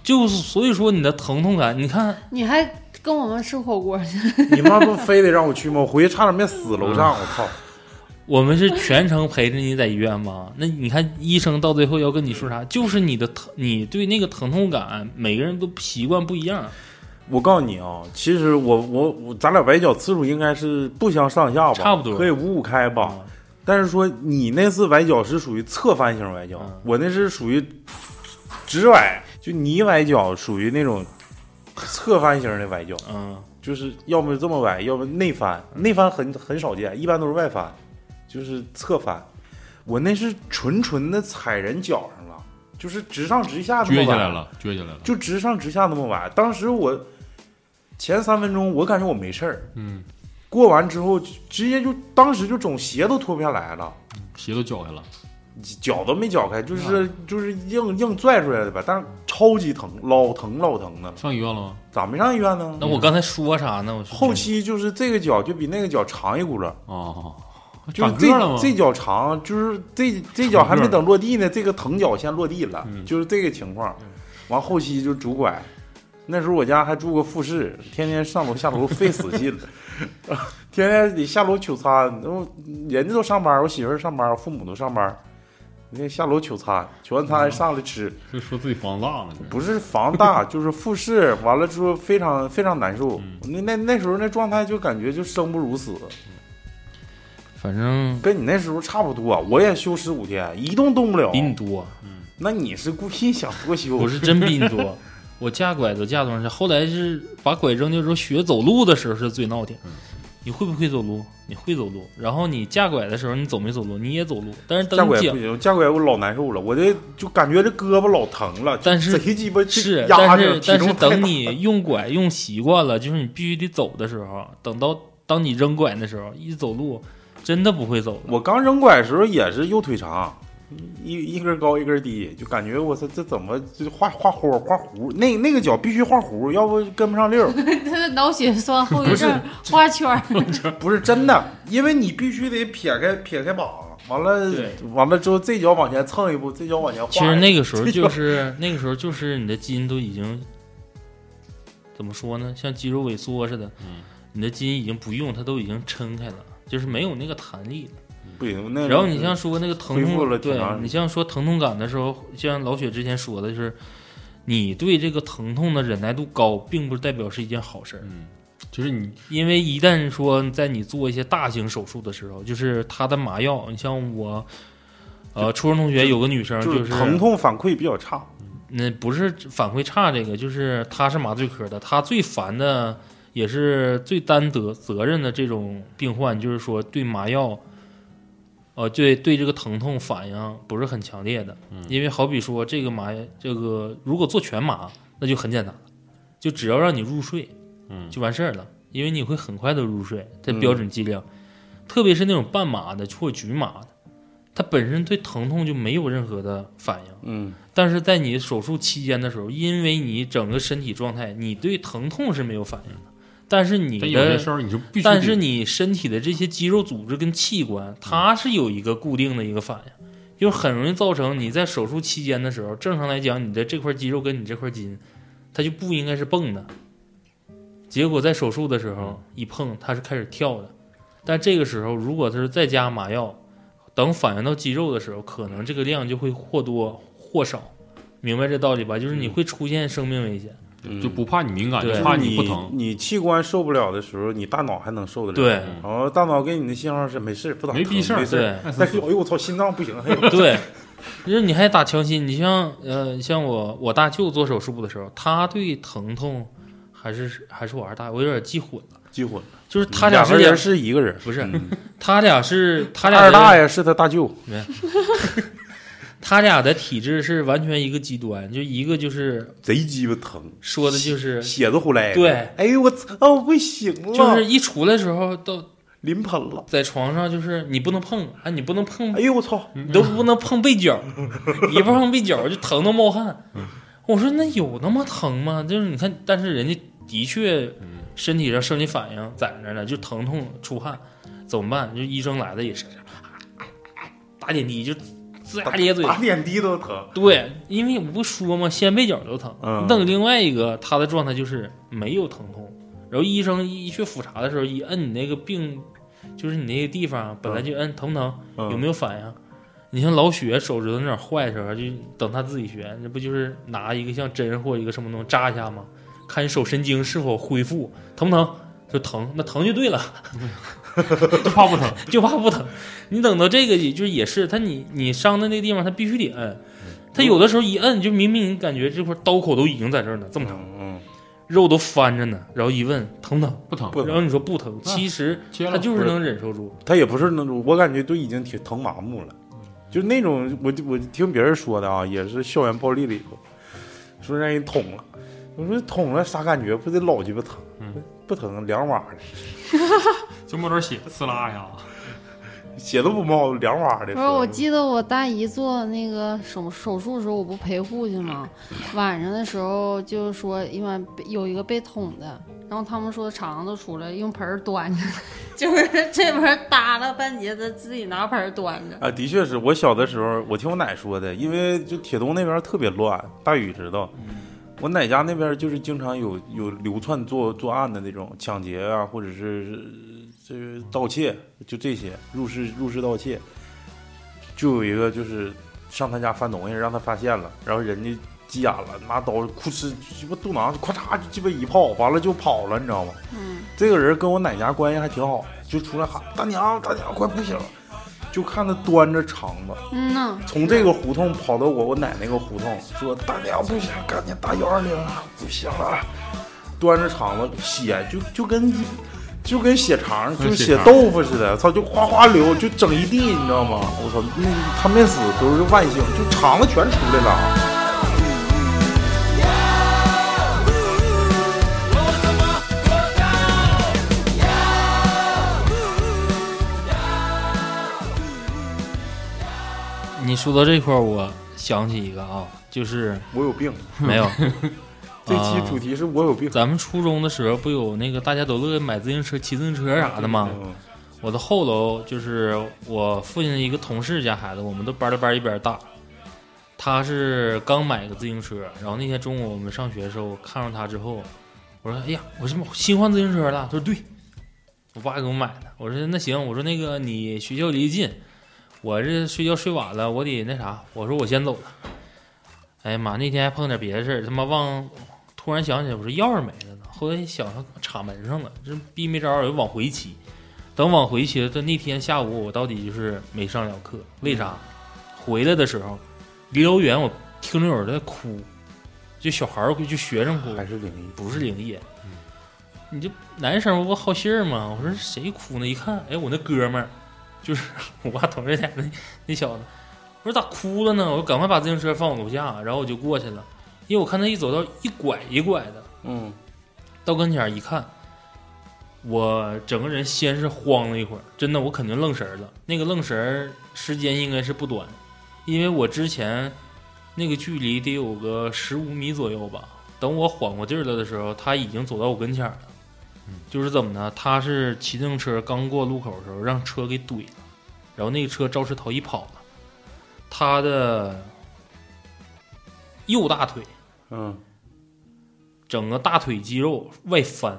就是所以说你的疼痛感，你看
你还跟我们吃火锅去？
你妈不非得让我去吗？我回去差点没死楼
嗯
上，我操！
我们是全程陪着你在医院吧？ 那你看医生到最后要跟你说啥？就是你的疼，你对那个疼痛感，每个人都习惯不一样。
我告诉你啊，其实我我我，咱俩崴脚次数应该是不相上下吧，
差不多
可以五五开吧。但是说你那次崴脚是属于侧翻型崴脚，
嗯
我那是属于直崴，就你崴脚属于那种侧翻型的崴脚，
嗯，
就是要么这么崴，要么内翻，内翻很很少见，一般都是外翻，就是侧翻。我那是纯纯的踩人脚上了，就是直上直下那么
撅起
崴
来了，撅起来了。
就直上直下那么崴。当时我前三分钟我感觉我没事儿，
嗯，
过完之后直接就当时就肿，鞋都脱不下来了。
鞋都绞开了，
脚都没绞开，就是就是硬硬拽出来的吧，但是超级疼，老疼老疼的了，
上医院了吗？
咋没上医院呢
那？我刚才说啥呢？我说
后期就是这个脚就比那个脚长一轱辘，
哦，
就是
长
这
个儿了吗？
这脚长，就是这这脚还没
长个
等落地呢，这个疼脚先落地了，
嗯
就是这个情况。完后期就拄拐，那时候我家还住个复式，天天上楼下楼费死劲了， 天天得下楼取餐，然后人家都上班，我媳妇儿上班，我父母都上班，那下楼取餐，取完
嗯
餐还上来吃。
这说自己房子大了，这
不是房大，就是复式。完了之后非常非常难受，
嗯
那那那时候那状态就感觉就生不如死，
反正
跟你那时候差不多。我也休十五天，一动动不了
比。你多，
哦那你是故意想多休？
我是真比 你多。我架拐都架多长时间？后来是把拐扔掉之后学走路的时候是最闹挺。
嗯
你会不会走路？你会走路。然后你架拐的时候你走没走路？你也走路。但是
架
等
拐
你
不
脚
行，架拐我老难受了，我这就感觉这胳膊老疼了，
但是
贼鸡巴
是，
压
但
着，
是
体
但是
重太
等
大
你用拐用习惯了，就是你必须得走的时候，等到当你扔拐的时候，一走路真的不会走了。
我刚扔拐的时候也是右腿长，一一根高一根低，就感觉我操这怎么就画画弧画弧？那那个脚必须画弧，要不跟不上溜儿。
他的脑血栓后遗症，画圈儿。
不是真的，因为你必须得撇开撇开膀，完了
对
完了之后这脚往前蹭一步，这脚往前画。
其实那个时候就是那个时候就是你的基因都已经怎么说呢，像肌肉萎缩似的，
嗯
你的基因已经不用，它都已经撑开了，就是没有那个弹力了。
不行，那
然后你像说那个
嗯
疼
恢复
痛，
了挺
对
长时
你
间
像说疼痛感的时候，像老雪之前说的，就是你对这个疼痛的忍耐度高，并不代表是一件好事儿。
嗯，就是你
因为一旦说在你做一些大型手术的时候，就是它的麻药，你像我，呃，初中同学有个女生
就是
是
疼，痛反馈比较差，
那不是反馈差这个，就是她是麻醉科的，她最烦的也是最担责责任的这种病患，就是说对麻药，呃，对对这个疼痛反应不是很强烈的，因为好比说这个麻这个如果做全麻，那就很简单了，就只要让你入睡。
嗯
就完事儿了，因为你会很快的入睡，这
嗯
标准剂量，特别是那种半麻的或局麻的，它本身对疼痛就没有任何的反应，
嗯，
但是在你手术期间的时候，因为你整个身体状态，你对疼痛是没有反应的，但是你
但有些
的
事儿你就必须得，嗯
但是你身体的这些肌肉组织跟器官，它是有一个固定的一个反应，就很容易造成你在手术期间的时候，正常来讲，你的这块肌肉跟你这块筋，它就不应该是蹦的。结果在手术的时候一碰，它是开始跳的。但这个时候，如果它是再加麻药，等反应到肌肉的时候，可能这个量就会或多或少。明白这道理吧？就是
嗯
你会出现生命危险。
就不怕你敏感，
对
就怕
你
不疼，
你器官受不了的时候，你大脑还能受得了。
对
然后大脑给你的信号是没事，不咋
没
疼
逼事儿，
没事儿。
对
爱死
但是哎
死
呦我操，心脏不行，还 有
对，就是你还打强心。你像呃，像我我大舅做手术的时候，他对疼痛还是还是我二大爷，我有点记混了。
记混了。
就是 他俩
两
是
个人是一个人，
不是
嗯
他俩是 他俩
二大
爷，
爷是他大舅，
他俩的体质是完全一个极端，就一个就是
贼鸡巴疼，
说的就是
血都呼来。
对
哎呦我操，我不行了，
就是一出来的时候都
临盆了。
在床上就是你不能碰啊，你不能碰
哎呦我操，
你都不能碰背角，一碰背角就疼的冒汗。我说那有那么疼吗？就是你看，但是人家的确
嗯
身体上生理反应在那儿呢，就疼痛出汗，怎么办？就医生来了也是，打点滴就龇牙咧嘴。
打点滴都疼。
对，因为我不说嘛，掀被角都疼。
嗯
但另外一个他的状态就是没有疼痛，然后医生一去复查的时候，一摁你那个病，就是你那个地方本来就摁疼不疼，
嗯
有没有反应？啊你像老雪手指头那点儿坏的时候，就等他自己学，那不就是拿一个像针或一个什么东西扎一下吗？看你手神经是否恢复，疼不疼？就疼，那疼就对了，
就怕不疼。
就怕不疼。你等到这个，也就是也是他你你伤的那地方，他必须得摁。他有的时候一摁，就明明你感觉这块刀口都已经在这儿了，这么长，
嗯
肉都翻着呢，然后一问疼不疼？
不疼，
不疼
然后你说不疼，
啊
其实
切
他
了
就是
不是
能忍受住。
嗯，他也不是那种，我感觉都已经挺疼麻木了，就是那种我我听别人说的啊，也是校园暴力里头，说让人捅了，我说捅了啥感觉？不得老鸡巴疼
嗯？
不疼，两瓦的，
就抹点血，呲啦一下。
血都不冒，两瓦的。
不是，我记得我大姨做那个手手术的时候，我不陪护去吗？晚上的时候就说，因为有一个被捅的，然后他们说肠子出来，用盆儿端着， 就是这盆儿耷拉半截子，自己拿盆儿端着。
啊，的确是我小的时候，我听我奶说的，因为就铁东那边特别乱，大宇知道。我奶家那边就是经常有有流窜作作案的那种抢劫啊，或者是这盗窃，就这些入室入室盗窃，就有一个就是上他家翻东西，让他发现了，然后人家急眼了，拿刀哭哧鸡巴肚囊咔嚓就鸡巴一炮，完了就跑了，你知道吗？
嗯，
这个人跟我奶家关系还挺好，就出来喊大娘大娘快不行了，就看他端着肠子
嗯呐，
从这个胡同跑到我我奶那个胡同，说大娘不行，赶紧打幺二零啊，不行了，端着肠子血就就跟就跟血肠就
跟
是
血
血
肠
豆腐似的，操就哗哗流，就整一地，你知道吗？我操，那他没死都是万幸，就肠子全出来了啊。
你说到这块儿，我想起一个啊，就是
我有病，
没有
这期主题是我有病。
咱们初中的时候不有那个大家都乐意买自行车、骑自行车啥的吗？
嗯
我的后楼就是我父亲的一个同事家孩子，我们都班儿的班儿一边儿大。他是刚买个自行车，然后那天中午我们上学的时候，我看着他之后，我说：“哎呀，我这么新换自行车了？”他说：“对，我爸给我买的。”我说：“那行，我说那个你学校离近，我这睡觉睡晚了，我得那啥。”我说：“我先走了。”哎呀妈，那天还碰点别的事儿，他妈忘，突然想起来，我说钥匙没了呢。后来一想上插门上了，这逼没招儿，我就往回骑。等往回骑的那天下午，我到底就是没上了课，为啥？回来的时候，离老远我听着有人在哭，就小孩儿哭，就学生哭，
还嗯是灵异，
不是灵异。你这男生不好信儿吗？我说谁哭呢？一看，哎，我那哥们儿，就是我爸同事家那 那小子，我说咋哭了呢？我赶快把自行车放我楼下，然后我就过去了，因为我看他一走道一拐一拐的，
嗯，
到跟前儿一看，我整个人先是慌了一会儿，真的，我肯定愣神儿了。那个愣神儿时间应该是不短，因为我之前那个距离得有个十五米左右吧。等我缓过劲儿来的时候，他已经走到我跟前儿了。就是怎么呢？他是骑自行车刚过路口的时候，让车给怼了，然后那个车肇事逃逸跑了。他的右大腿
嗯，
整个大腿肌肉外翻，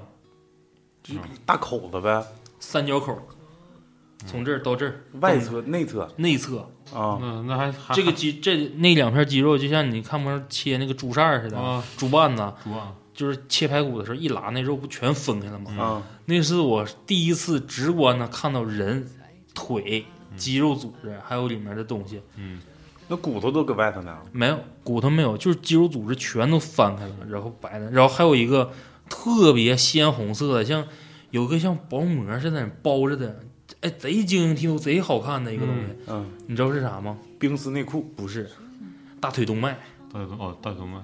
就大口子呗，
三角口，从这儿到这儿
外侧内侧
内侧，
啊，
那那还还
这个肌这那两片肌肉就像你看不上切那个猪扇儿似的，
啊，
猪瓣子
主啊，
就是切排骨的时候一拉那肉不全分开了吗？
嗯，
那是我第一次直观的看到人腿肌肉组织还有里面的东西，
嗯，
那骨头都搁外头呢，
没有骨头没有，就是肌肉组织全都翻开了，然后白的，然后还有一个特别鲜红色的，像有个像薄膜似的包着的，哎，贼晶莹剔透，贼好看的一个东西。
嗯，
你知道是啥吗？
冰丝内裤
不是，大腿动脉，
大腿哦，大腿动脉，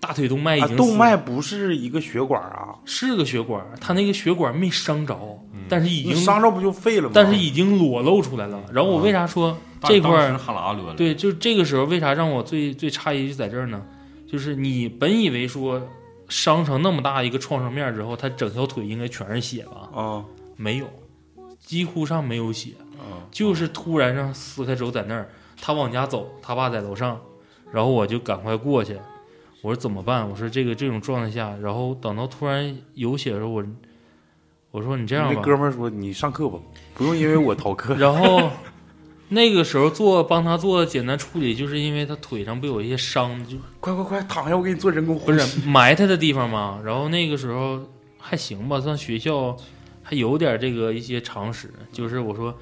大腿动脉已
啊
经、，
动脉不是一个血管啊，
是个血管，它那个血管没伤着，
嗯
但是已
你
经
伤着不就废了吗？
但是已经裸露出来了。然后我为啥说
大
这块
嗯当
儿
时哈喇流下来，
对，就这个时候为啥让我最最诧异就在这儿呢？就是你本以为说伤成那么大一个创伤面之后，他整条腿应该全是血吧？
啊
没有，几乎上没有血，
啊
就是突然上撕开手在那儿，他往家走，他爸在楼上，然后我就赶快过去，我说怎么办？我说这个这种状态下，然后等到突然有血的时候，我我说你这样
那
吧，
哥们儿说你上课吧，不用因为我逃课。
然后那个时候做帮他做简单处理，就是因为他腿上不有一些伤，就
快快快，躺下，我给你做人工呼
不
吸。
是埋汰的地方嘛。然后那个时候还行吧，算学校还有点这个一些常识，就是我说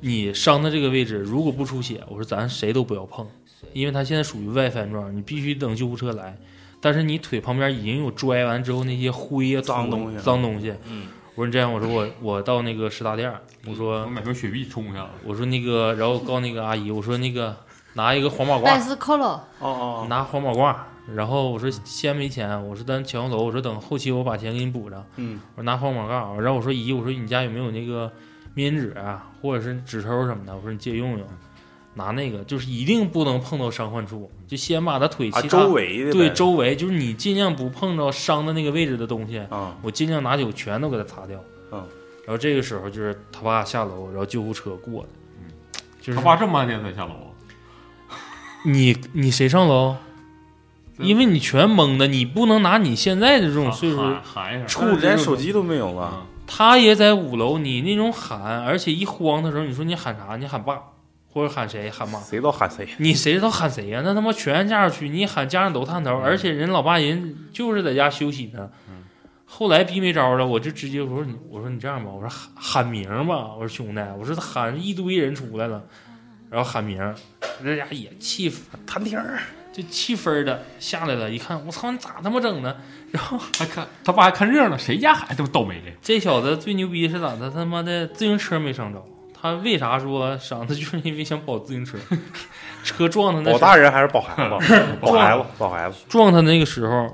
你伤的这个位置如果不出血，我说咱谁都不要碰，因为他现在属于外翻状，你必须等救护车来。但是你腿旁边已经有拽完之后那些灰啊、
脏
土
东西
脏东西。
嗯
我说你这样，我说我我到那个食大店儿，我说
我买瓶雪碧冲一下，
我说那个，然后告诉那个阿姨，我说那个拿一个黄马
戴
褂，
斯 Colo，
哦哦，
拿黄马褂。然后我说先没钱，我说咱抢红楼，我说等后期我把钱给你补上。
嗯
我说拿黄马褂，然后我说姨，我说你家有没有那个面巾纸啊，或者是纸抽什么的？我说你借用用，拿那个就是一定不能碰到伤患处，就先把他腿
啊，
其他、
周围的
对
呗
周围，就是你尽量不碰到伤的那个位置的东西。
啊
我尽量拿酒全都给他擦掉。
嗯，
然后这个时候就是他爸下楼，然后救护车过来。
嗯，
就是
他爸这么半天才下楼，
你你谁上楼？
嗯
因为你全懵的，你不能拿你现在的这种
啊喊
岁数，
喊喊一下，
处
那
置这
连
种嗯
手机都没有了。
啊，
他也在五楼，你那种喊，而且一慌的时候，你说你喊啥？你喊爸，或者喊谁？喊妈？
谁都喊谁，
你谁知道喊谁呀、那他妈全架上去，你喊家长都探头，而且人老爸人就是在家休息呢。
嗯
后来逼没招了，我就直接我说你，我说你这样吧，我说喊喊名吧，我说兄弟，我说喊一堆人出来了，然后喊名，这家也气愤
谭婷儿，
就气愤的下来了，一看我操，你咋他妈整的？然后
还看他爸还看热闹，谁家孩子这么倒霉的？
这小子最牛逼是咋的？他妈的自行车没伤着，他为啥说伤？他就是因为想保自行车， 车撞他那
保
时候
大人还是保孩子？ 保孩子，保孩子。
撞他那个时候，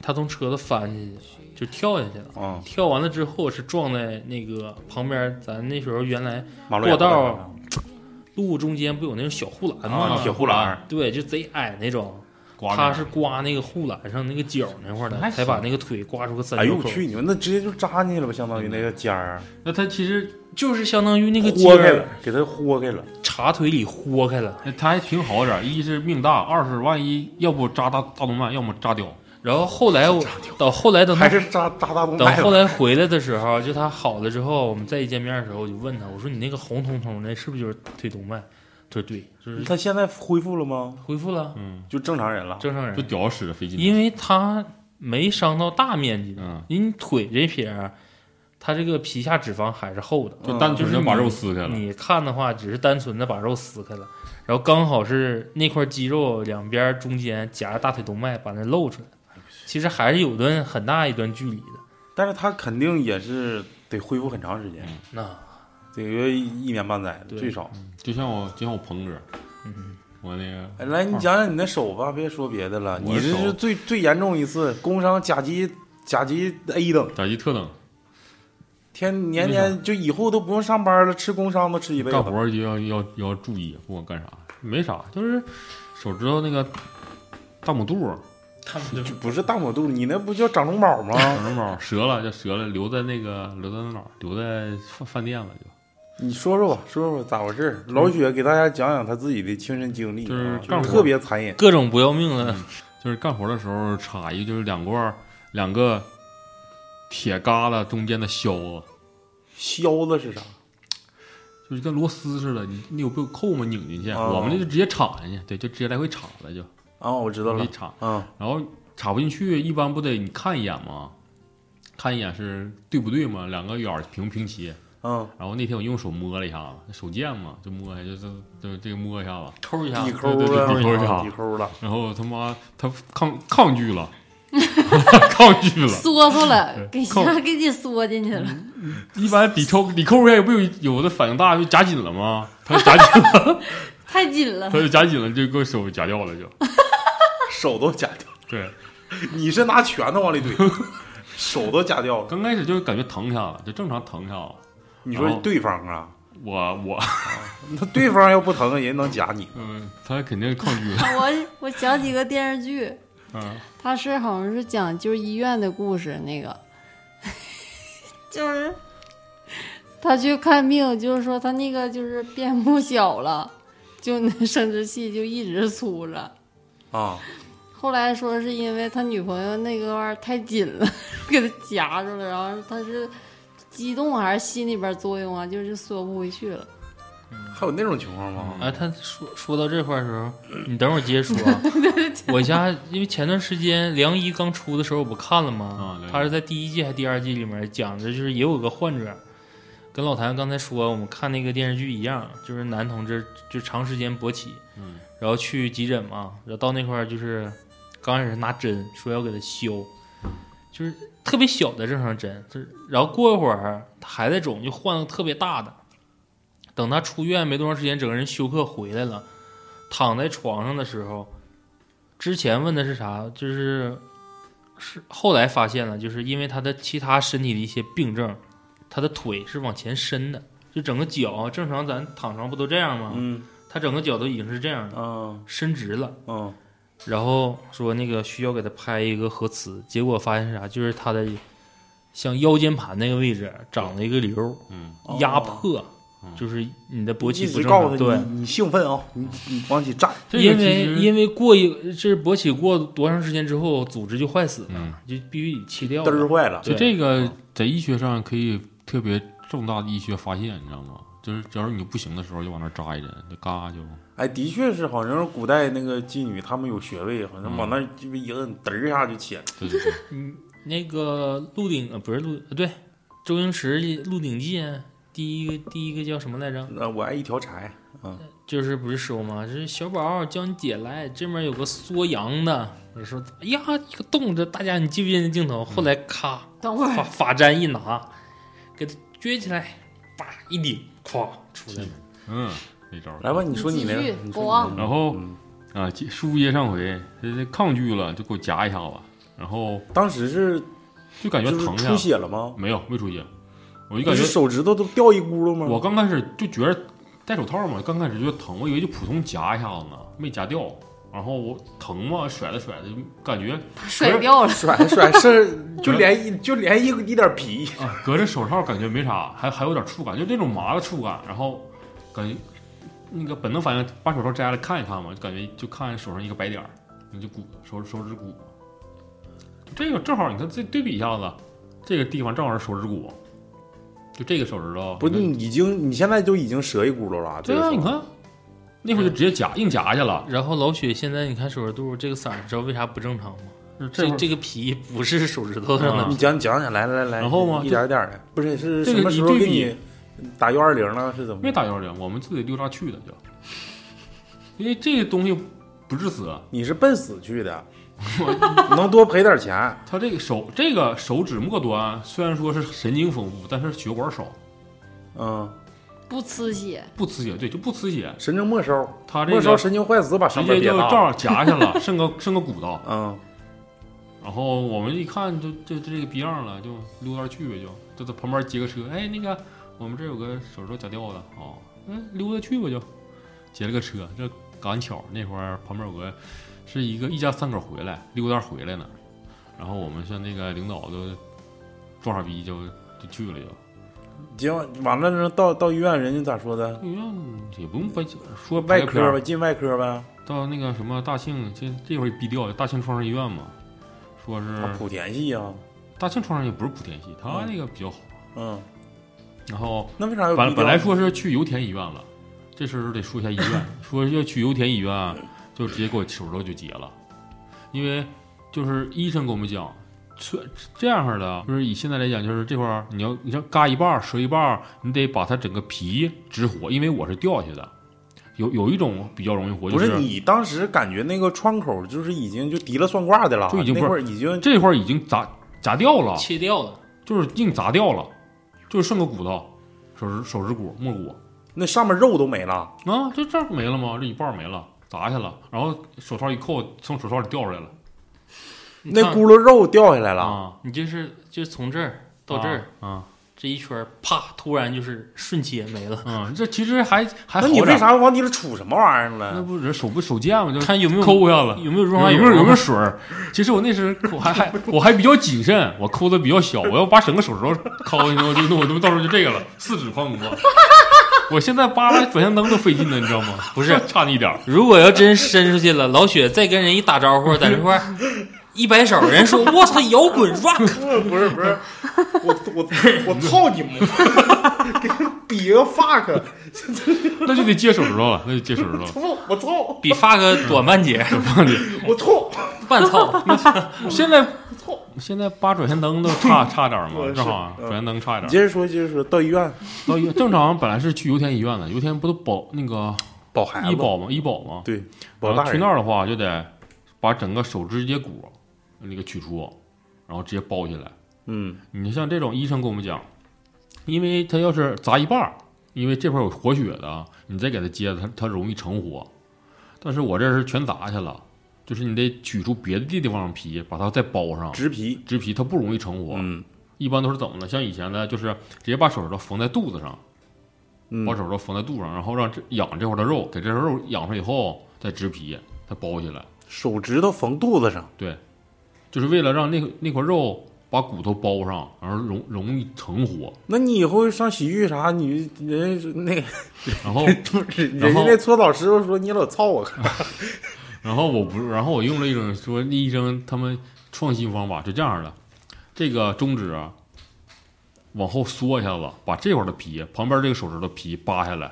他从车子翻下去，就跳下去了。
嗯，
跳完了之后是撞在那个旁边，咱那时候原来
马路
过
牙子
道儿路中间不有那种小护栏吗？
啊，铁护栏儿，
对，就贼矮那种。
刮
他
着
是刮那个护栏上那个角那块儿的
那，还
才把
行
那个腿刮出个三
哎
角
呦
口
我。去，你们那直接就扎进去了吧？相当于那个尖儿，
那他其实
就是相当于那个尖
豁开
儿
了，给他豁开了。
插腿里豁开了。
他还挺好点儿，一是命大，二是万一要不扎大大动脉，要么扎掉，
然后后来我到后来等他
还是扎扎大动
等
脉
后
了。
来回来的时候，就他好了之后，我们再一见面的时候，我就问他，我说你那个红彤彤的，是不是就是腿动脉？他说对，就是
他现在恢复了吗？
恢复了，
嗯，
就正常人了。
正常
就
人，
屌使的费劲，
因为哦他没伤到大面积的，
嗯，
因为你腿这撇儿，他这个皮下脂肪还是厚的，
就单
就
纯
是
的把
你
肉撕开了，
你看的话只是单纯的把肉撕开了，然后刚好是那块肌肉两边儿中间夹着大腿动脉把那露出来，其实还是有段很大一段距离的。
但是他肯定也是得恢复很长时
嗯
间，
那
得个一年半载
对
最少。
就像我就像我鹏哥，
嗯，
我那个
哎来，你讲讲你的手吧，别说别的了，
嗯我
你
的
这
手
是最最严重一次工伤甲级甲级 A 等，
甲级特等
天年年就以后都不用上班了，吃工伤都吃一辈
干
子。
活就要要要注意，不管干啥没啥，就是手指头那个大拇肚儿
他们就
就不是大抹肚，你那不叫长绒宝吗？
小笼包折了，就折了，留在那个留在哪儿？留在饭饭店了就。
你说说吧，说说吧，咋回事儿？老雪给大家讲讲他自己的亲身经历，
嗯就是
啊
干活
特别残忍。
各种不要命嗯的，
就是干活的时候插一个就是两罐儿两个铁疙瘩中间的销啊，
削子是啥？
就是跟螺丝似的，你你有不有扣吗？拧进去，
哦
我们这就直接插进去，对，就直接来回插了就，
啊，我知道
来
了
回。插，
嗯
然后插不进去，一般不得你看一眼吗？看一眼是对不对嘛？两个眼儿平不平齐。
嗯，
然后那天我用手摸了一下子，手贱嘛，就摸一下，就就就这个摸一下子，
抠一下
底
子，
抠
对对
了，
对底抠一下
底抠了。
然后他妈他抗抗拒了， 抗拒了。
缩缩了，给
对扣
啥给你缩进去了。
一般理抽理扣员不有有的反应大就夹紧了吗？他就夹紧了，
太紧了
他，就夹紧了，就给手夹掉了就。
手都夹掉，
对，
你是拿拳头往里怼， 手都夹掉了。
刚开始就是感觉疼一下子，就正常疼一下子。
你
然
说
后
对方啊，
我我
那对方要不疼，人能夹你。
嗯，他肯定抗拒 了。
我我想起个电视剧，
嗯，
他是好像是讲就是医院的故事，那个 就是他去看病，就是说他那个就是变不小了，就那生殖器就一直粗着。
啊，
后来说是因为他女朋友那个玩意儿太紧了， 给他夹住了，然后他是激动还是心里边作用啊，就是缩不回去了。
还有那种情况吗？
哎，他说说到这块儿的时候，你等会儿接着说啊。我家因为前段时间梁一刚出的时候，我不看了吗
啊？对
他是在第一季还是第二季里面讲的，就是也有个患者，跟老谭刚才说我们看那个电视剧一样，就是男同志就长时间勃起，
嗯，
然后去急诊嘛，然后到那块儿就是刚开始是拿针说要给他消，就是特别小的正常针，就是然后过一会儿他还在肿，就换了特别大的。等他出院没多长时间，整个人休克回来了，躺在床上的时候，之前问的是啥？就是是后来发现了，就是因为他的其他身体的一些病症，他的腿是往前伸的，就整个脚正常咱躺床不都这样吗？
嗯
他整个脚都已经是这样的，
嗯
伸直了。
嗯，
然后说那个需要给他拍一个核磁，结果发现是啥？就是他的像腰间盘那个位置长了一个瘤，
嗯，
哦
压迫
嗯，
就是你的勃
一
起不
直
正
告诉
常。
他
对，
你，你兴奋啊，你你往起站。
这个
因
其
为
实
因为过一这勃起过多长时间之后，组织就坏死
嗯
了，就必须得切掉
嘚儿
了。
坏了，
就这个在医学上可以特别重大的医学发现，你知道吗？就是假如你不行的时候，就往那儿扎一针，就嘎就
哎，的确是，好像是古代那个妓女，她们有学位，好像往
嗯
那儿这么一摁，嘚儿一下就起来了。
对对对，
嗯，那个《鹿鼎》呃不是鹿，呃对，周星驰《鹿鼎记》啊第一个第一个叫什么来着？
那我爱一条柴，
就是不是说吗？这是小宝叫你姐来，这面有个缩阳的。你说，哎呀，一个洞，这大家你记不记得那镜头？后来 咔，
等会
法
儿，
法簪一拿，给它撅起来，叭一顶，哐出来了。
嗯，没招儿。
来吧，你说你那
继续
个，你
国
说
王
你那
然
个，
后
嗯
啊，接书接上回，他他抗拒了，就给我夹一下子，然后
当时是
就感觉
就是
疼
出
呀，
血了吗？
没有没出血，我就
就
感觉
是手指头都掉一轱辘吗？
我刚开始就觉得戴手套嘛，刚开始觉得疼，我以为就普通夹一下子呢，没夹掉。然后我疼嘛，甩了甩了，就感觉
甩掉
啊
了，
甩甩是就连一就连一一点皮，
啊，隔着手套感觉没啥，还还有点触感，就那种麻的触感。然后感觉那个本能反应，把手套摘下来看一看嘛，就感觉就看手上一个白点儿，你就骨手手指骨。这个正好，你看这对比一下子，这个地方正好是手指骨，就这个手指头。
不，
你看
你已经你现在就已经折一轱辘了。这
对
个
啊，
手
你看那会儿就直接夹硬夹去了。
然后老雪现在你看手指肚这个色儿，你知道为啥不正常吗？
嗯
这
这
这个皮不是手指头上的
啊
你讲讲讲，来来来，
然后吗
一点一点的，不是是
这
什
个
么
你
时候
对
给
比
你打幺二零了？是怎么
没
的？
打幺零，我们自己溜达去的就，因为这个东西不致死。啊
你是奔死去 的，能多赔点钱。
他这个手这个手指末端虽然说是神经丰富，但是血管少，
嗯，
不呲血，
不呲血，对，就不呲血。
神经末梢，
他这
末梢
个
神经坏死把
直
上面憋
接就正
大了。
好夹 下了，剩个剩个骨头。
嗯，
然后我们一看就就就这个逼样了，就溜达去呗，就就在旁边接个车，哎，那个我们这有个手镯夹掉的啊，哦嗯，溜达去吧就，截了个车，这赶巧那会儿旁边有个是一个一家三口回来溜达回来呢，然后我们像那个领导就装傻逼就就去了就。
结果完了之后到到医院，人家咋说的？
医院也不用掰说拍
外
个片
科
儿
呗，，进外科呗。
到那个什么大庆，这这回逼掉大庆创伤医院嘛，说是
啊莆田系啊，
大庆创伤医院不是莆田系，他那个比较好。
嗯，
然后
那为啥要
本
逼掉
本来说是去油田医院了，这事儿得说一下医院，说要去油田医院，啊就直接给我手肘就截了，因为就是医生跟我们讲。这这样式的，啊就是以现在来讲，就是这块儿你要你要嘎一半儿折一半儿，你得把它整个皮直活，因为我是掉下去的，有有一种比较容易活，
不
就是
你当时感觉那个窗口就是已经就提了算卦的了，
就已经
那
不是
会儿已经
这块儿已经砸砸掉了，
切掉了，
就是硬砸掉了，就是剩个骨头，手指手指骨、末骨
那上面肉都没了，
啊，就这儿没了吗？这一半儿没了，砸下了，然后手套一扣，从手套里掉出来了
那
看
轱辘肉掉下来了，
啊，
你这是就从这儿到这儿、
啊啊，
这一圈儿，啪，突然就是瞬切没了。
嗯，这其实还还
那
好
你
点
为
儿
啥往里杵什么玩意儿
那
了？
不是手不手贱吗？就
看有没有
抠一下子。
有没有润
有
滑
没
油？啊
有啊有没有水儿？其实我那时我还还我还比较谨慎，我抠的比较小，我要把整个手指头抠进去，我就我就到时候就这个了，四指宽国。 我现在扒拉转向灯都费劲呢，你知道吗？不是差那一点儿，
如果要真伸出去了，老雪再跟人一打招呼，在这块儿一摆手，人说：“我操，摇滚 rock！”
不是不是，我我我操你妈！ 给比个 fuck，
那就得接手指头了，那就接手指头了。
我操
比发哥短半截，
我操！
半 操。
现在现在扒转向灯都差差点儿嘛，正好
嗯
转向灯差一
你
点
接
儿。
着说，接着说，到医院
到医正常本来是去油田医院的，油田不都保那个
保孩
医保吗？医保吗？
对，保
然后
大
去
人
那儿的话，就得把整个手指节骨那个取出，然后直接包起来。
嗯，
你像这种医生跟我们讲，因为他要是砸一半儿，因为这块儿有活血的，你再给他接，他他容易成活。但是我这是全砸下了，就是你得取出别的地方的皮，把它再包上，
植皮，
植皮它不容易成活。
嗯
一般都是怎么呢？像以前呢，就是直接把手指头缝在肚子上，
嗯
把手指头缝在肚子上，然后让这养这块儿的肉，给这块儿肉养上以后再植皮，再包起来。
手指头缝肚子上，
对，就是为了让那个那块肉把骨头包上，然后容容易成活。
那你以后上洗浴啥，你人家 那个
然后，
不是人
然
家
后啊
那搓澡师傅说你老操我，
然后我不是，然后我用了一种说那医生他们创新方法是这样的，这个中指啊往后缩一下子，把这块儿的皮旁边这个手指头皮扒下来，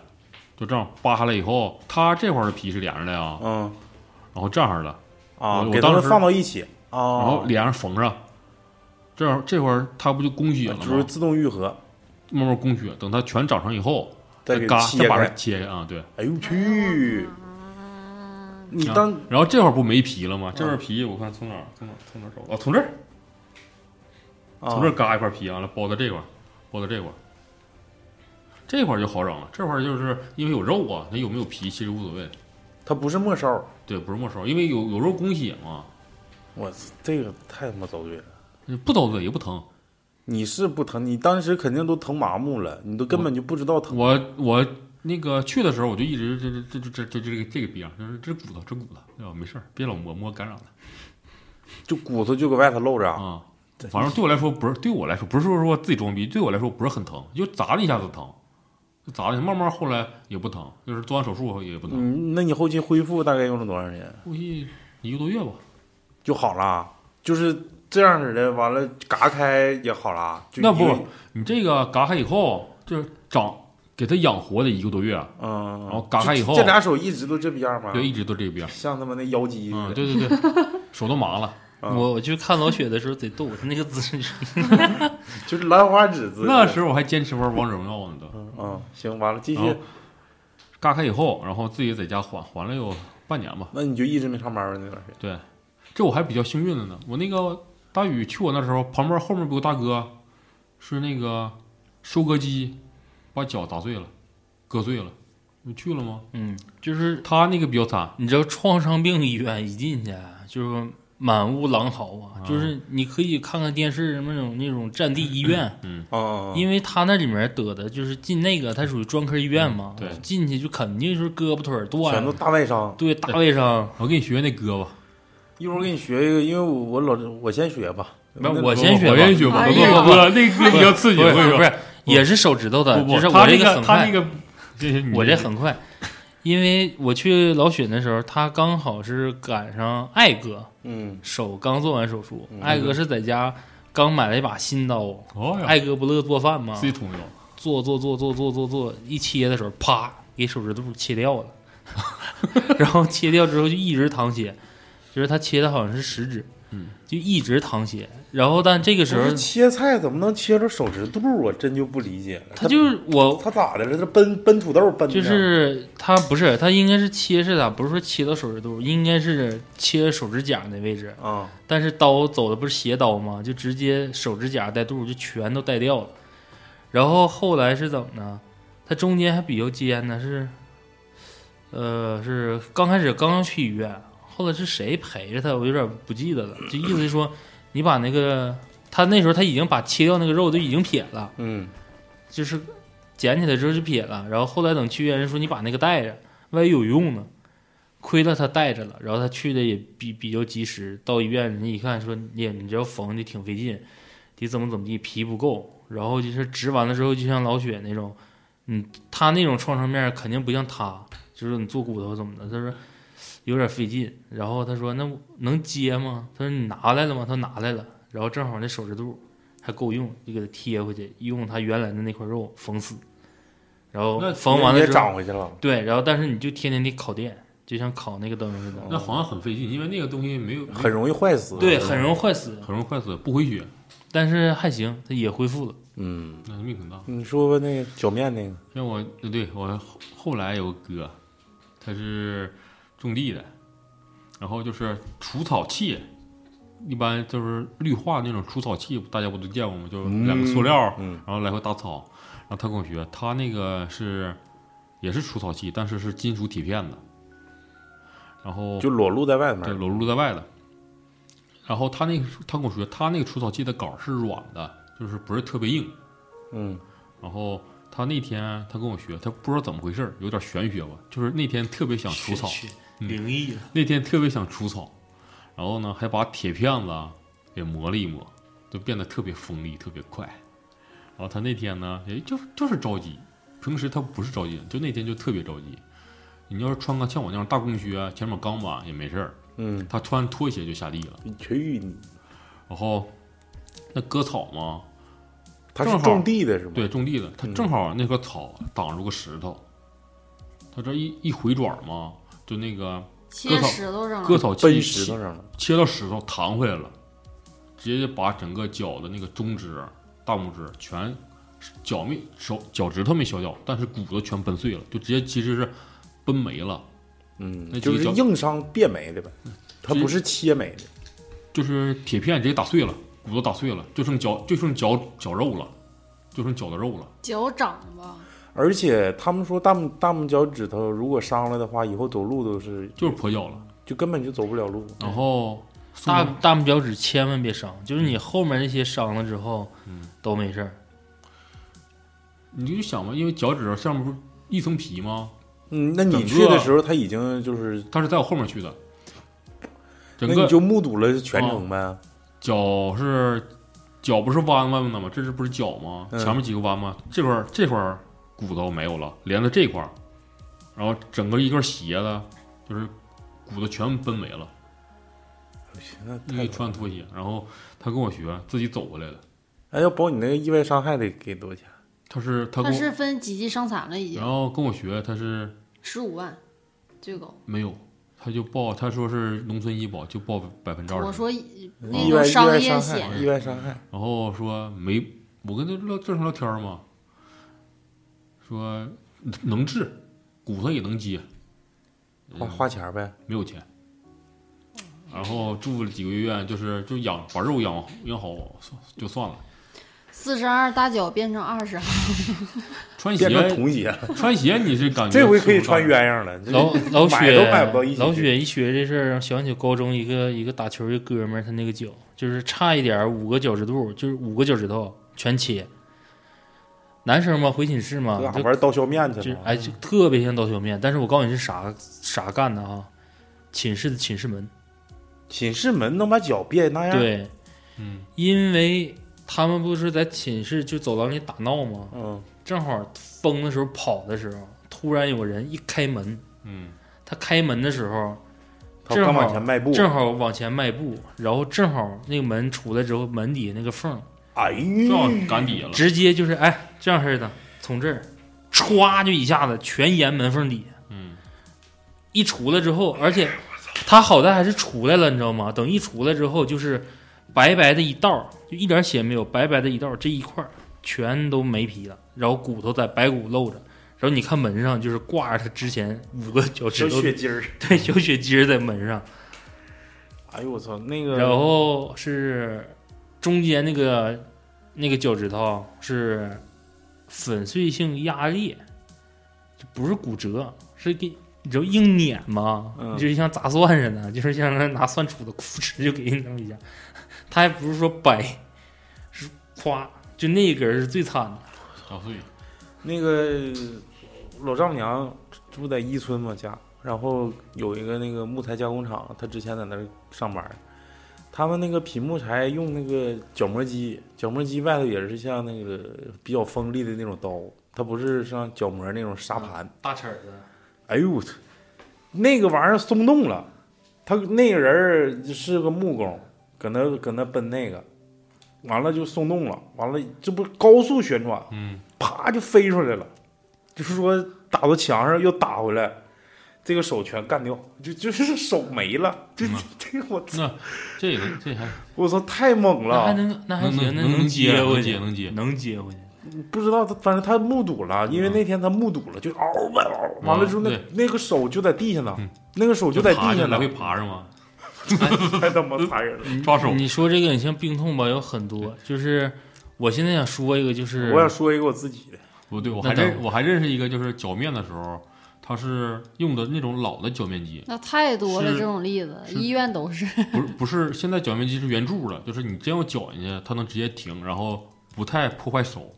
就这样扒下来以后，它这块儿的皮是连着的啊，
嗯
然后这样的，
啊
我，我
给他
当
们
时
放到一起
然后
啊，
连上缝上，这样这块儿它不就供血了吗？
啊就是自动愈合，
慢慢供血，等它全长上以后，
再给
嘎，
切
再把它
开。
切开啊，对。
哎呦我去！你
啊
当
然后这会儿不没皮了吗？这
啊
块皮我看从哪儿从哪儿从哪儿找啊？从这儿从这儿
啊，
嘎一块皮完了，包到这块儿，包到这块儿，这块儿就好整了。这块儿就是因为有肉啊，它有没有皮其实无所谓。
它不是末梢，
对，不是末梢，因为有有肉供血嘛，
我操这个太他妈遭罪了。
不遭罪也不疼。
你是不疼，你当时肯定都疼麻木了，你都根本就不知道疼。
我我那个去的时候我就一直这这这这这这个这个逼样，啊就是这骨头这骨头，对吧？没事儿，别老摸摸感染了
就骨头就搁外头露着啊，
啊。反正对我来说不是，对我来说不是说说自己装逼，对我来说不是很疼，就砸了一下子疼，就砸了一下，慢慢后来也不疼，就是做完手术后也不疼。
嗯，那你后期恢复大概用了多长时间
估计一个多月吧。
就好了？就是这样式的，完了嘎开也好了。就
那不
因为，
你这个嘎开以后，就是长给它养活的一个多月，
嗯，
然后哦嘎开以后
这这俩手一直都这逼样吗？
就一直都这个边儿。
像他妈那妖姬
嗯，
似的。
对对对，手都麻 了。
啊
我我去看老雪的时候贼逗，他那个姿势，
就是兰花指子。
那时候我还坚持玩王者荣耀呢，都
嗯，行，完了继
然后
续。
嘎开以后，然后自己在家缓缓了有半年吧。
那你就一直没上班呗？那段时间。
对，这我还比较幸运的呢。我那个大宇去我那时候，旁边后面有个大哥，是那个收割机把脚砸碎了，割碎了。你去了吗？
嗯，就是
他那个比较惨，
你知道创伤病医院一进去啊就是满屋狼嚎啊，就是你可以看看电视什么那种那种战地医院，
嗯，
因为他那里面得的就是进那个，他属于专科医院嘛，
嗯对
进去就肯定是胳膊腿儿
嗯全
断
都
了，
大外伤。
对大外伤。
我给你学那胳膊。
一会儿我给你学一个，因为我我老我先学吧。
那
那
我先学吧
我先学吧，
哎
不
呀
不不，那个比较刺激，
不
我
是
跟你
不
说，
是，也是手指头的，
不
就是
不，
我
他
这
那
很
他那
快，
个，嗯谢谢你
我这很快，因为我去老雪那时候，他刚好是赶上艾哥
嗯，
手刚做完手术，
嗯
艾哥是在家刚买了一把新刀，
哦呀，
艾哥不乐做饭吗
自？己捅一刀，
做做做做做做做，一切的时候，啪，给手指头切掉了， 然后切掉之后就一直淌血，就是他切的好像是食指，
嗯
就一直淌血，然后但这个时
不
候
是切菜怎么能切出手指肚？我真就不理解了。
他就是我
他咋的了？这奔奔土豆奔的
就是他不是他应该是切是咋？不是说切到手指肚，应该是切手指甲那位置。
啊，
但是刀走的不是斜刀吗？就直接手指甲带肚就全都带掉了。然后后来是怎么呢？他中间还比较尖呢，是，呃，是刚开始刚去医院，后来是谁陪着他，我有点不记得了。就意思是说，你把那个他那时候他已经把切掉那个肉都已经撇了，
嗯，
就是捡起来之后就撇了，然后后来等去医院人说你把那个带着，万一有用呢。亏了他带着了，然后他去的也比比较及时，到医院人家一看说你你这要缝的挺费劲，得怎么怎么地皮不够，然后就是植完了之后就像老雪那种，嗯，他那种创伤面肯定不像他，就是你做骨头怎么的，他说有点费劲，然后他说那能接吗？他说你拿来了吗？他说拿来了，然后正好那手指肚还够用，就给它贴回去，用他原来的那块肉缝死，然后
那
缝完了
也
之后。
长回去了。
对，然后但是你就天天得烤电，就像烤那个灯似的。
那好像很费劲，因为那个东西没有
很容易坏死，啊
对，很容易坏死，
很容易坏死，不回血，
但是还行，它也恢复了。
嗯，
那命挺大。
你说吧，那个脚面那个，
像我，对我后后来有个哥，他是种地的，然后就是除草器，一般就是绿化那种除草器，大家不都见过吗？就两个塑料，
嗯
然后来回打草。然后他跟我学，他那个是也是除草器，但是是金属铁片的，然后
就裸露在外
对，
面，
裸露在外的。然后他那个他跟我说，他那个除草器的杆儿是软的，就是不是特别硬。
嗯，
然后他那天他跟我学，他不知道怎么回事儿，有点玄学吧，就是那天特别想除草，
血
嗯
灵异，
那天特别想除草，然后呢还把铁片子啊给磨了一磨，就变得特别锋利，特别快。然后他那天呢，也就就是着急，平时他不是着急人，就那天就特别着急。你要是穿个像我那样大工靴，前面钢板也没事儿，
嗯，
他穿拖鞋就下地了。
去你，
然后那割草嘛，
他是
正好
种地的是吗？
对，种地
嗯
的，他正好那棵草挡住个石头，他这一一回转嘛，就那个
切
割草
石头上
割
了，
草器
嗯奔石头
切
上了，
切到石头弹回来了，直接就把整个脚的那个中指、大拇指全脚没手脚趾头没削掉，但是骨头全崩碎了，就直接其实是崩没了，那
嗯，
几
就
个
是
脚
硬伤变没的呗，
嗯
他不是切没的，
就是铁片直接打碎了，骨头打碎了，就剩脚就剩脚脚肉了，就剩脚的肉了。
脚掌吧，
而且他们说大拇大拇脚趾头如果伤了的话，以后走路都是
就是跛脚了，
就根本就走不了路，
哦
然后送
大大拇脚趾千万别伤，就是你后面那些伤了之后，
嗯
都没事儿。
你就想吧，因为脚趾上面不是一层皮吗？
嗯，那你
整个
去的时候他已经就是，
它是在我后面去的，整
那你
个
就目睹了全程
哦
呗，
脚是脚不是弯弯的吗？这是不是脚吗？
嗯
前面几个弯吗？这块儿这块儿骨头没有了，连着这块儿，然后整个一根鞋子就是骨头全崩没了，
那
因
太
为穿拖鞋。然后他跟我学，自己走过来的。
哎，要保你那个意外伤害得给多少钱？
他是他嗯
它
跟我，
是分几级伤残了已
然
经，
后跟我学，他是
十五万最高。
没有，他就报，他说是农村医保就报百分之二十
我。说那种
意外意外
商
伤
业
害，
险，
意外伤害，
然后说没，我跟他聊正常聊天儿嘛，说能治，骨头也能接，
嗯
花花钱儿呗，
没有钱。然后住了几个月院，就是就养把肉养养好算就算了，
四十二大脚变成二十，
穿鞋
变成童鞋了，
穿鞋你是感觉
这回可以
是不是
穿鸳鸯了。
嗯
这
老老
买
雪
都买不到一起去
老雪一学这事儿，让想起高中一个一个打球一哥们儿，他那个脚就是差一点儿五个脚趾肚，就是五个脚趾头全切。男生嘛，回寝室嘛，
这
就
咋玩刀削面去
就
了？
哎，就特别像刀削面。但是我告诉你是啥啥干的啊？寝室的寝室门，
寝室门能把脚变那样？，
对，
嗯，
因为他们不是在寝室就走廊里打闹吗？
嗯，
正好疯的时候跑的时候，突然有个人一开门，
嗯，
他开门的时候
他
正
刚
好
往前迈步，
正好往前迈步，然后正好那个门出来之后，门底下那个缝，
哎
正好
呦，
赶底下了，
直接就是哎这样式的，从这儿歘就一下子全沿门缝底下。
嗯，
一出来之后，而且他好在还是出来了，你知道吗？等一出来之后，就是白白的一道儿，就一点血没有，白白的一道儿，这一块儿全都没皮了，然后骨头在白骨露着。然后你看门上就是挂着他之前五个脚趾
小
头，
血筋儿。
对，小血筋儿在门上。
哎呦我操，那个
然后是中间那个那个脚趾头是粉碎性压裂，就不是骨折，是给你知道硬碾吗？
嗯
就是像砸蒜似的，就是像那拿蒜杵子库哧就给你弄一下。 他还不是说掰，是夸，就那一根儿是最惨的。
捣碎。
那个老丈母娘住在伊村嘛家，然后有一个那个木材加工厂，她之前在那儿上班儿，他们那个劈木材用那个角磨机，角磨机外头也是像那个比较锋利的那种刀，它不是像角磨那种沙盘。
大齿子，
哎呦我操，那个玩意儿松动了，他那个人儿是个木工，搁那搁那奔那个，完了就松动了，完了这不高速旋转，
嗯，
啪就飞出来了，就是说打到墙上又打回来，这个手全干掉，就就是手没了，就
嗯
这个我操
那这个这还
我操太猛
那还
了，
能那还
能能
行，那
能接
接回
能
去，
接能接，
能接回去。
不知道他反正他目睹了，因为那天他目睹了，就嗷吧嗷，完了之后那
嗯啊对
那个手就在地下呢
嗯，
那个手就在地
爬
下
着
呢
来回，爬着嘛，
太他妈残忍了。
抓手
你说这个，你像病痛吧，有很多。就是我现在想说一个，就是
我想说一个我自己的，
不对，我
那
还
等
认我还认识一个，就是搅面的时候，他是用的那种老的搅面机，
那太多了
是
这种例子，
是
医院都是。
不是不是现在搅面机是圆柱的，就是你真要搅进去，它能直接停，然后不太破坏手。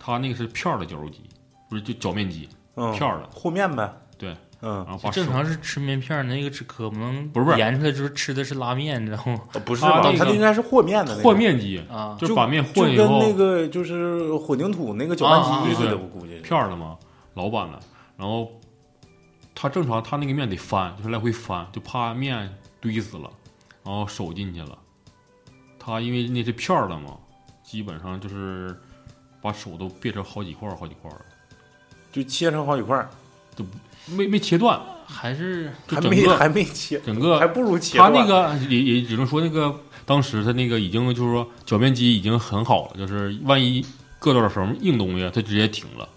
他那个是片儿的绞肉机，不是就搅面机
嗯，
片儿的，
和面呗，
对，
嗯
然，后把手
正常是吃面片儿，那个只可不能
不是不是
研出来就是吃的是拉面，你知道吗？
呃不是
它
吧？
那个
它应该是和面的那个，
和面机，
啊，
就是
就
把面
就
和
跟
以后
那个就是混凝土那个搅拌机
啊啊啊
似的，
对
我估计是。
片儿的嘛，老板的，然后他正常他那个面得翻，就是来回翻，就怕面堆死了，然后手进去了。他因为那是片儿的嘛，基本上就是把手都变成好几块儿好几块儿了，
就切成好几块儿，
没没切断，
还是
就
还
整
没
个
还没切，
整
还
个
不啊如切
他
断。
那个也也只能说那个当时他那个已经就是说搅面机已经很好了，就是万一硌到了什么硬东西，它直接停了。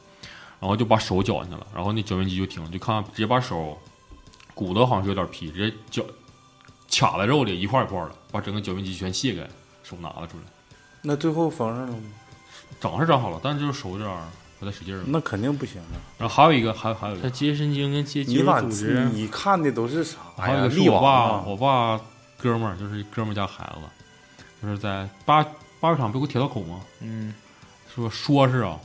然后就把手绞进去了，然后那搅面机就停了，就看直接把手骨头好像是有点皮，直接绞卡在肉里一块一块的，把整个搅面机全卸开，手拿了出来，
那最后缝上了吗？
长是长好了，但是就是手有点儿不太使劲儿了。
那肯定不行啊！
然后还有一个，还有还有一
它
个，
接神经跟接肌
你
肉
咋
组织。啊
你看的都是啥
还有一
呀？
个是
力
我
王
爸，
啊
我爸哥们儿，就是哥们儿家孩子，就是在八八月厂不有个铁道口吗？
嗯，
说说是啊，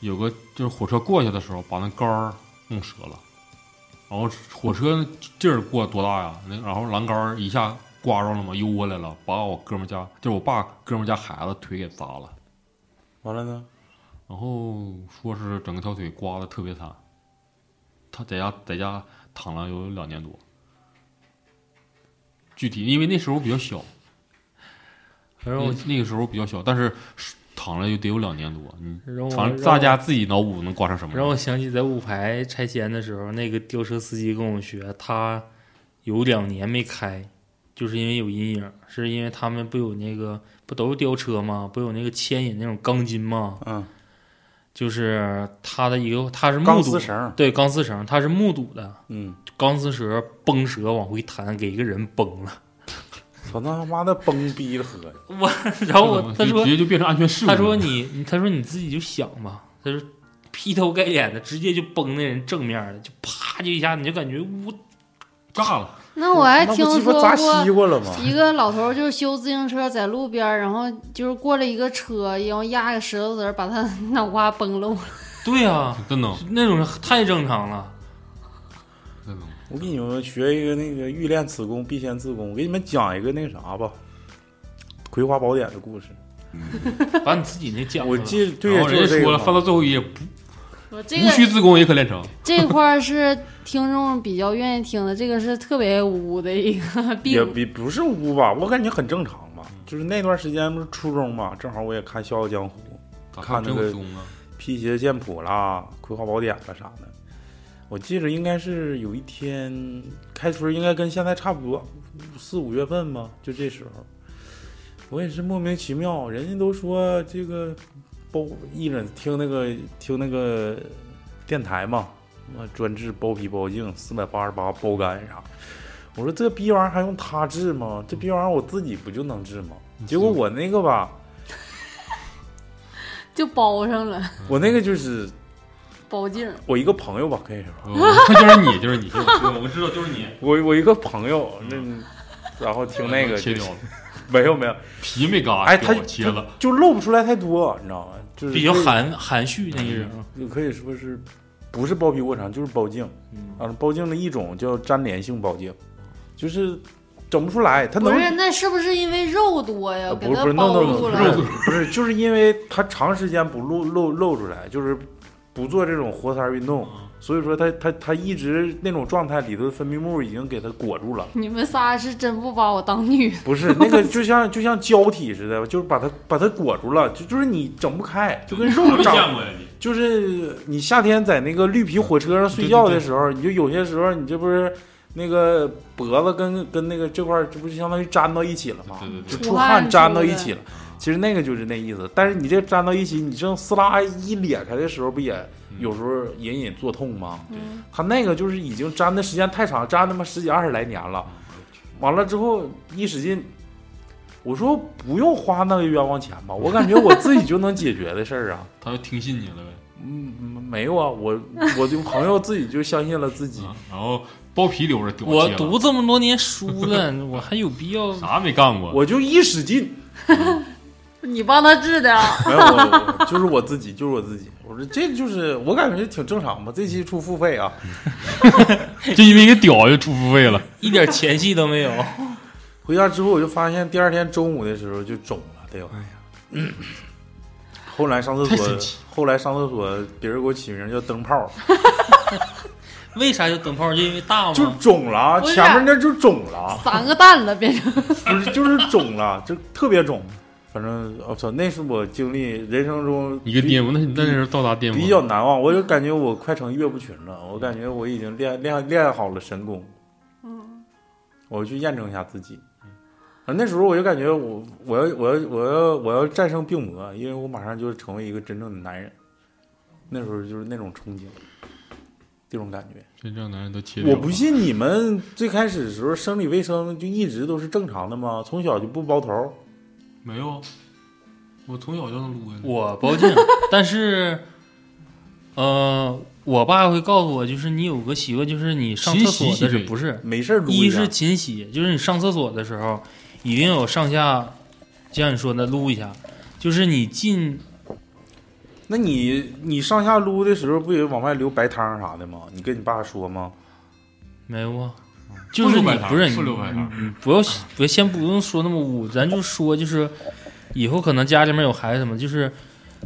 有个就是火车过去的时候把那杆儿弄折了，然后火车劲儿过多大呀？那然后栏杆儿一下刮着了嘛，悠过来了，把我哥们家就是我爸哥们家孩子腿给砸了，
完了呢？
然后说是整个条腿刮的特别惨，他在家在家躺了有两年多。具体因为那时候比较小，
反正
那
我
那个时候比较小，但是躺了也得有两年多，你
让我
反正
让
大
我
家自己脑补能刮成什么样。
让我想起在五排拆迁的时候，那个吊车司机跟我学，他有两年没开，就是因为有阴影，是因为他们不有那个不都是吊车吗？不有那个牵引那种钢筋吗？
嗯，
就是他的一个，他是目
钢丝
睹，
绳儿，
对钢丝绳，他是目睹的，
嗯，
钢丝蛇崩蛇往回弹，给一个人崩了。
操他妈的崩逼的喝呀！
我，然后我
就
他说
直接就变成安全事故了。
他说你你他说你自己就想吧，他说劈头盖脸的直接就崩那人正面了，就啪就一下你就感觉呜
炸了，
那我还
那不
听
鸡巴
说
砸
过
西瓜了吗？
一个老头儿就是修自行车在路边儿，然后就是过了一个车，然后压个石头子儿把他 脑瓜崩漏了。
对啊，
真能，
那种太正常了。
真能。
我给你们学一个那个欲练此功，必先自宫。我给你们讲一个那个啥吧，《葵花宝典》的故事。
把你自己那讲
我
了
记对，
嗯然后
就
人
是
家
这
说
个
了，
嘛
翻到最后一页，不
我这
无需自宫也可练成。
这块儿是听众比较愿意听的，这个是特别污的一个
也
病。
比不是污吧，我感觉很正常吧。就是那段时间不是初中嘛，正好我也看《笑傲江湖》，
咋
看
真
那
有
个
自宫啊？
辟邪剑谱啦，《葵花宝典》啦啥的。我记着应该是有一天开春，应该跟现在差不多，四五月份吧，就这时候。我也是莫名其妙，人家都说这个包艺人听那个听那个电台嘛，那专治包皮包茎，四百八十八包干啥。我说这逼玩意儿还用他治吗？这逼玩意儿我自己不就能治吗？结果我那个吧，
就包上了，
我那个就是
包茎。
我一个朋友吧，可以说，
哦就是你，就是你，就是你，我知道就是你，
我我一个朋友，那然后听那个
切嗯掉了，
没有没有，
皮没割，
哎，他
给我切了，
就露不出来太多，你知道吗？就是
比较含含蓄那个人啊，
就可以说是不是包皮过长就是包茎
嗯
啊，包茎的一种叫粘连性包茎，就是整不出来，它
不
能
是，那是不是因为肉多呀？
呃
给
不是
它
不是，no
包
no
住
no，
了。
不是不是，就是因为它长时间不露露露出来，就是不做这种活塞运动，
嗯
所以说它它它一直那种状态里头的分泌物已经给它裹住了。
你们仨是真不把我当女的，
不是那个， 就像就像胶体似的，就是把它把它裹住了，就就是你整不开，就跟肉
没
长
见过呀你，
就是你夏天在那个绿皮火车上睡觉的时候，你就有些时候你这不是那个脖子跟跟那个这块儿，这不是相当于粘到一起了吗
对？对对
就
出
出
汗
汗粘
出
到一
的
起了。其实那个就是那意思，但是你这粘到一起，你正撕拉一裂开的时候，不也有时候隐隐作痛吗？
嗯
他那个就是已经粘的时间太长，粘他妈十几二十来年了。完了之后一使劲，我说不用花那个冤枉钱吧，我感觉我自己就能解决的事儿啊。
他就听信你了呗，
嗯，没没有啊，我我就朋友自己就相信了自己，
嗯
啊，然后包皮留着给
我
切了，
读这么多年书了，我还有必要？
啥没干过，
我就一使劲，
你帮他治的啊，
没有我我就是我自己，就是我自己。我说这就是我感觉挺正常吧，这期出付费啊，
就因为一个屌就出付费了，
一点前戏都没有。
回家之后我就发现第二天中午的时候就肿了，这玩意儿。 后来上厕
哎太神
所
奇，嗯
后来上厕所，别人给我起名叫灯泡，
为啥叫灯泡？就因为大
就
吗？
肿了啊，
不是
前面那就肿了啊，
三个蛋了变成。
不是就是肿了，就特别肿。反正我操，那是我经历人生中
一个
比
巅峰，那你那时候到达巅峰，
比较难忘，我就感觉我快成岳不群了，我感觉我已经练练练好了神功，
嗯，
我去验证一下自己。啊，那时候我就感觉我我要我要我要我要战胜病魔，因为我马上就成为一个真正的男人。那时候就是那种憧憬，这种感觉。
真正男人都切掉
我
了，
不信你们最开始的时候生理卫生就一直都是正常的吗？从小就不包头？
没有啊，我从小就能撸呀，
我包茎，啊 但是，呃，我爸会告诉我，就是你有个习惯，就是你上厕所
勤洗洗
的时
腿
候不是，
没事儿撸
一
下
是勤洗，就是你上厕所的时候一定有上下，就像你说的撸一下，就是你进
那你你上下撸的时候不也往外流白汤啥的吗？你跟你爸说吗？
没有啊？就是
不
你
留白茬
不是你
不留白茬
你不要不要先不用说那么污，咱就说就是以后可能家里面有孩子什么，就是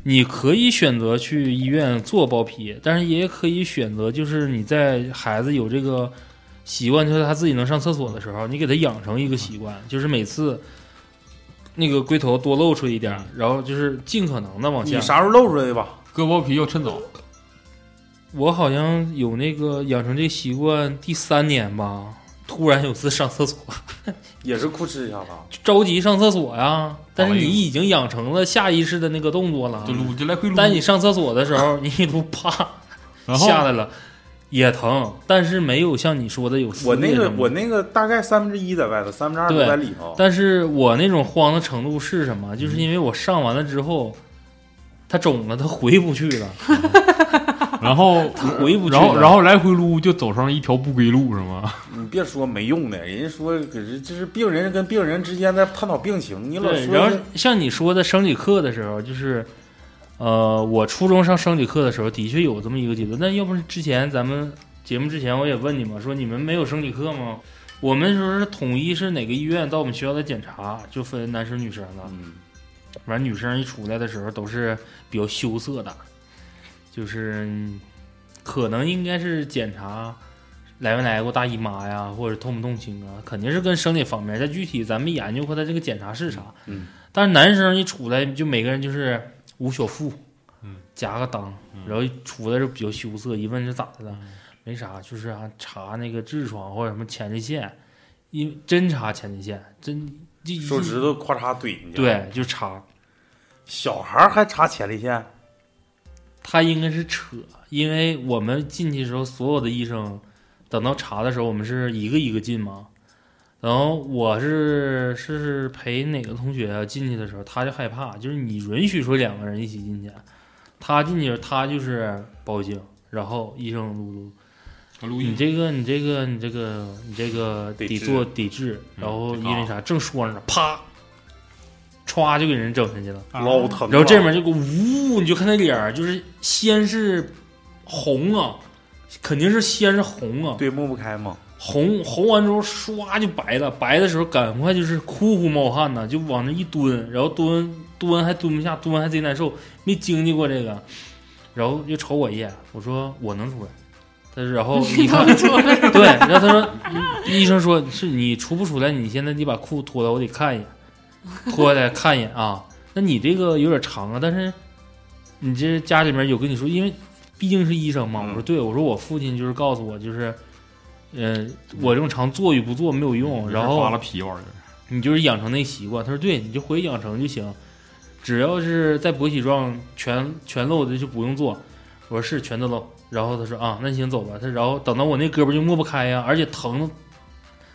你可以选择去医院做包皮，但是也可以选择就是你在孩子有这个习惯，就是他自己能上厕所的时候，你给他养成一个习惯，就是每次那个龟头多露出一点儿，然后就是尽可能的往下
你。啥时候露出来的吧？
割包皮要趁早，
我好像有那个养成这个习惯第三年吧，突然有次上厕所。
也是哭哧一下子啊。
着急上厕所呀，但是
哎
你
呦
已经养成了下意识的那个动作了啊
就。撸就来回撸，
但你上厕所的时候，你一路啪
然后
下来了，也疼，但是没有像你说的有撕
我那
裂
个
什么的
我那个大概三分之一在外头，三分之二都
嗯对
在里头。
但是我那种慌的程度是什么？就是因为我上完了之后，它肿了，它回不去了，
然后
它回不去
然后
了。
然后来回撸就走上了一条不归路是吗？
你别说没用的，人家说可是这是病人跟病人之间在探讨病情，你老
对，
说
然后
这
像你说的生理课的时候，就是，呃，我初中上生理课的时候，的确有这么一个阶段。但要不是之前咱们节目之前我也问你们说，你们没有生理课吗？我们那时候是统一是哪个医院到我们学校来检查，就分男生女生啊了。
嗯，
完，女生一出来的时候都是比较羞涩的，就是嗯可能应该是检查来没来过大姨妈呀，或者痛不痛经啊，肯定是跟生理方面。但具体咱没研究过他这个检查是啥。
嗯。
但是男生一出来，就每个人就是捂小腹，
嗯，
夹个裆，然后一出来就比较羞涩，一问是咋的了，没啥，就是啊查那个痔疮或者什么前列腺，因真查前列腺，真就一
手指头咔嚓怼进去。，
对就插，
小孩儿还插前列
啊
腺，
他应该是扯，因为我们进去的时候，所有的医生等到查的时候，我们是一个一个进嘛。然后我是是是陪哪个同学啊进去的时候，他就害怕，就是你允许说两个人一起进去，他进去他就是报警，然后医生撸撸
他录
你
音，
这个，你这个，你这个，你这个
得
得
治
做抵制，
嗯
然后
得
因
搞
为啥正说着呢，啪，歘就给人整下去了。
老疼了。
然后这面就给我呜，你就看他脸儿，就是先是红啊，肯定是先是红啊，
对抹不开嘛，
红红完之后唰就白了，白的时候赶快就是哭呼冒汗呐，就往那一蹲，然后蹲蹲还蹲不下，蹲还贼难受，没经历过这个，然后就瞅我一眼，我说我能出来，他说然
哦
后你看。 对，然后他说，医生说是你出不出来，你现在得把裤脱了，我得看一眼，脱下来看一眼啊。那你这个有点长啊，但是你这家里面有跟你说，因为毕竟是医生嘛。我说对，我说我父亲就是告诉我，就是，嗯、我这种长做与不做没有用，然后
扒了皮玩意儿，
你就是养成那习惯。他说对，你就回去养成就行，只要是在勃起状全全露的就不用做。我说是全都露，然后他说啊，那你先走吧。他然后等到我那胳膊就抹不开呀、而且疼得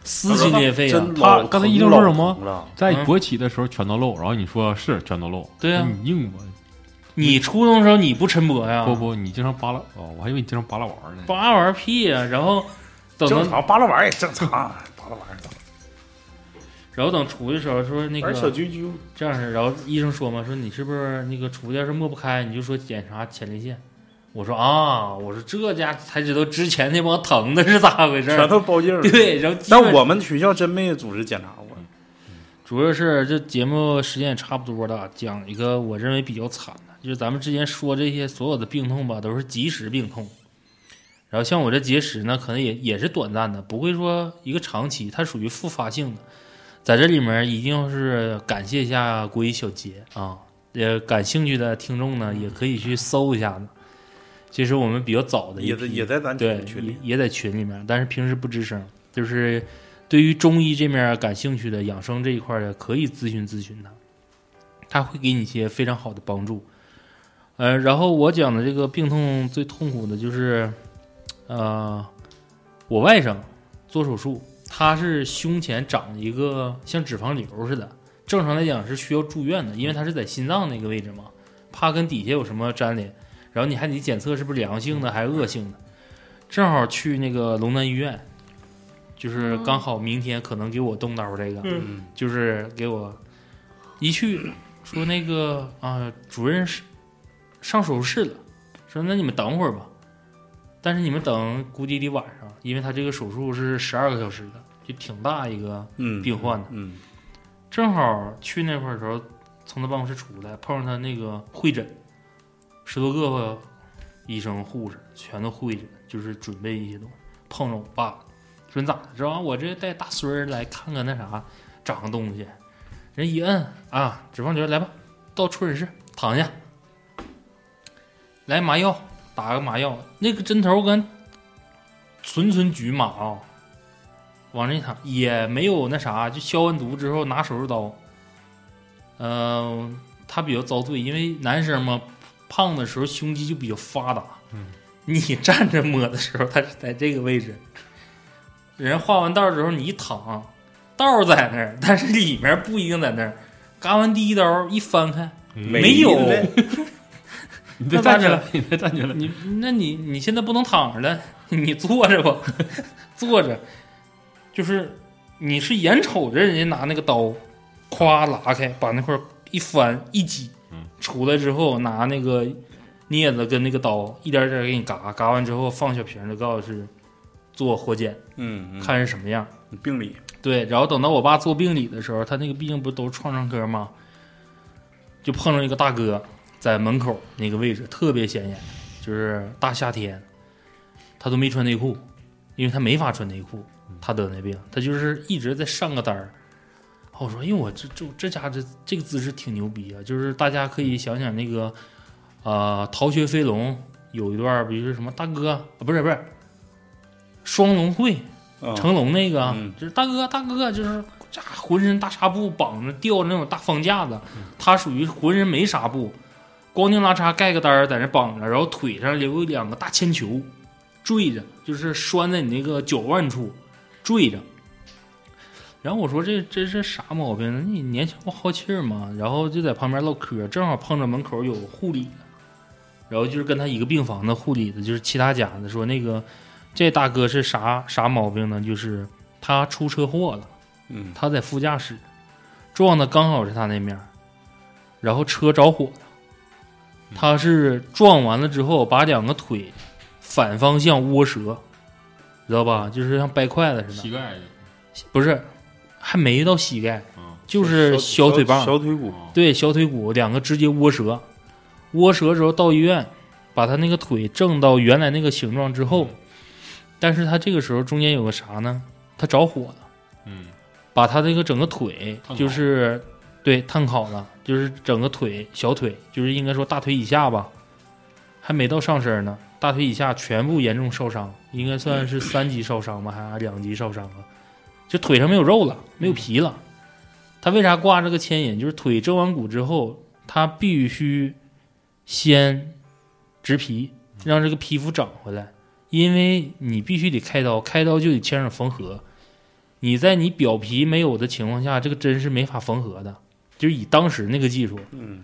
撕心裂肺啊呀、
真老
他刚才
疼
医生说什
老
么
疼了
在
嗯
勃哎起的时候全都露，然后你说是全都露，
对啊
那你硬吧，
你初中的时候你不抻脖呀、
不不，你经常扒拉哦，我还以为你经常扒拉玩儿呢。
啊扒玩屁呀、然后等
正
到
常扒拉玩儿也正常，扒拉玩儿。
然后等出去的时候说那
玩小
个
啾啾，
这样式儿，然后医生说嘛，说你是不是那个出去要是抹不开，你就说检查前列腺。我说啊，我说这家才知道之前那帮疼的是咋回事
全
儿。
都包劲儿 了。
对，然后基
但
本
我们学校真没组织检查过，
主要是这节目时间也差不多了，讲一个我认为比较惨的，就是咱们之前说这些所有的病痛吧，都是及时病痛。然后像我这结石呢，可能也也是短暂的，不会说一个长期，它属于复发性的。在这里面一定要是感谢一下国医小杰啊，也感兴趣的听众呢，也可以去搜一下呢。这是我们比较早的一
也在
批
也在咱
对
群，群里。
也也在群里面，但是平时不吱声。就是对于中医这面感兴趣的、养生这一块的，可以咨询咨询他，他会给你一些非常好的帮助。呃，然后我讲的这个病痛最痛苦的就是，呃，我外甥做手术，他是胸前长了一个像脂肪瘤似的，正常来讲是需要住院的，因为他是在心脏那个位置嘛，怕跟底下有什么粘连，然后你还得检测是不是良性的还是恶性的。正好去那个龙南医院，就是刚好明天可能给我动刀这个，
嗯，
就是给我一去说那个啊、主任是上手术室了，说那你们等会儿吧，但是你们等估计得晚上，因为他这个手术是十二个小时的，就挺大一个
嗯，
病患的。
嗯，
正好去那块儿的时候，从他办公室出来，碰上他那个会诊，十多个医生护士全都会诊，就是准备一些东西。碰上我爸，说你咋的？说啊，我这带大孙儿来看看那啥，长个东西。人一摁啊，脂肪瘤来吧，到出诊室躺下，来麻药，打个麻药。那个针头跟纯纯局麻啊、往这一躺，也没有那啥，就消完毒之后拿手术刀。呃，他比较遭罪，因为男生嘛，胖的时候胸肌就比较发达。
嗯，
你站着摸的时候，他是在这个位置。人画完道之后，你一躺，道在那儿，但是里面不一定在那儿。嘎完第一刀，一翻开，
没
没有，
你再
那咋
站起来
整，
你再站起来，
你那你你现在不能躺着了，你坐着吧，坐着，就是你是眼瞅着人家拿那个刀，夸拉开，把那块儿一翻一挤
嗯，
出来之后拿那个镊子跟那个刀一点点给你嘎，嘎完之后放小瓶儿，就告诉是做活检，
嗯，
看是什么样。
嗯病理
对，然后等到我爸做病理的时候，他那个毕竟不都是创伤科嘛，就碰上一个大哥在门口那个位置特别显眼，就是大夏天，他都没穿内裤，因为他没法穿内裤，他得那病，他就是一直在上个单儿。然后我说，哎呦，我这这这家这这个姿势挺牛逼啊！就是大家可以想想那个，呃，《逃学飞龙》有一段儿，比如说什么大哥啊，不是不是，双龙会，
啊，
哦
成龙那个，
嗯
就是大哥大哥，就是扎浑身大纱布绑着吊着那种大方架子，他属于浑身没纱布，光腚拉碴盖个单儿在那绑着，然后腿上留有两个大铅球，坠着，就是拴在你那个脚腕处，坠着。然后我说这这是啥毛病呢？你年轻不好气儿嘛？然后就在旁边唠嗑，正好碰着门口有护理的，然后就是跟他一个病房的护理的，就是其他家的，说那个这大哥是啥啥毛病呢？就是他出车祸了，
嗯，
他在副驾驶撞的刚好是他那面儿，然后车着火了，他是撞完了之后把两个腿反方向窝折，知道吧？就是像掰筷子似
膝
的，
盖，
不是，还没到膝盖，
嗯，
就是小腿棒，
小腿
哦
骨，
对，小腿骨两个直接窝折，窝折之后到医院，把他那个腿正到原来那个形状之后，但是他这个时候中间有个啥呢？他着火了，
嗯，
把他这个整个腿
烫烤
就是对烫烤了，就是整个腿小腿，就是应该说大腿以下吧，还没到上身呢，大腿以下全部严重烧伤，应该算是三级烧伤吧，还两级烧伤啊，就腿上没有肉了，没有皮了。他为啥挂这个牵引？就是腿折完骨之后，他必须先植皮，让这个皮肤长回来，因为你必须得开刀，开刀就得签上缝合。你在你表皮没有的情况下，这个针是没法缝合的，就是以当时那个技术，
嗯，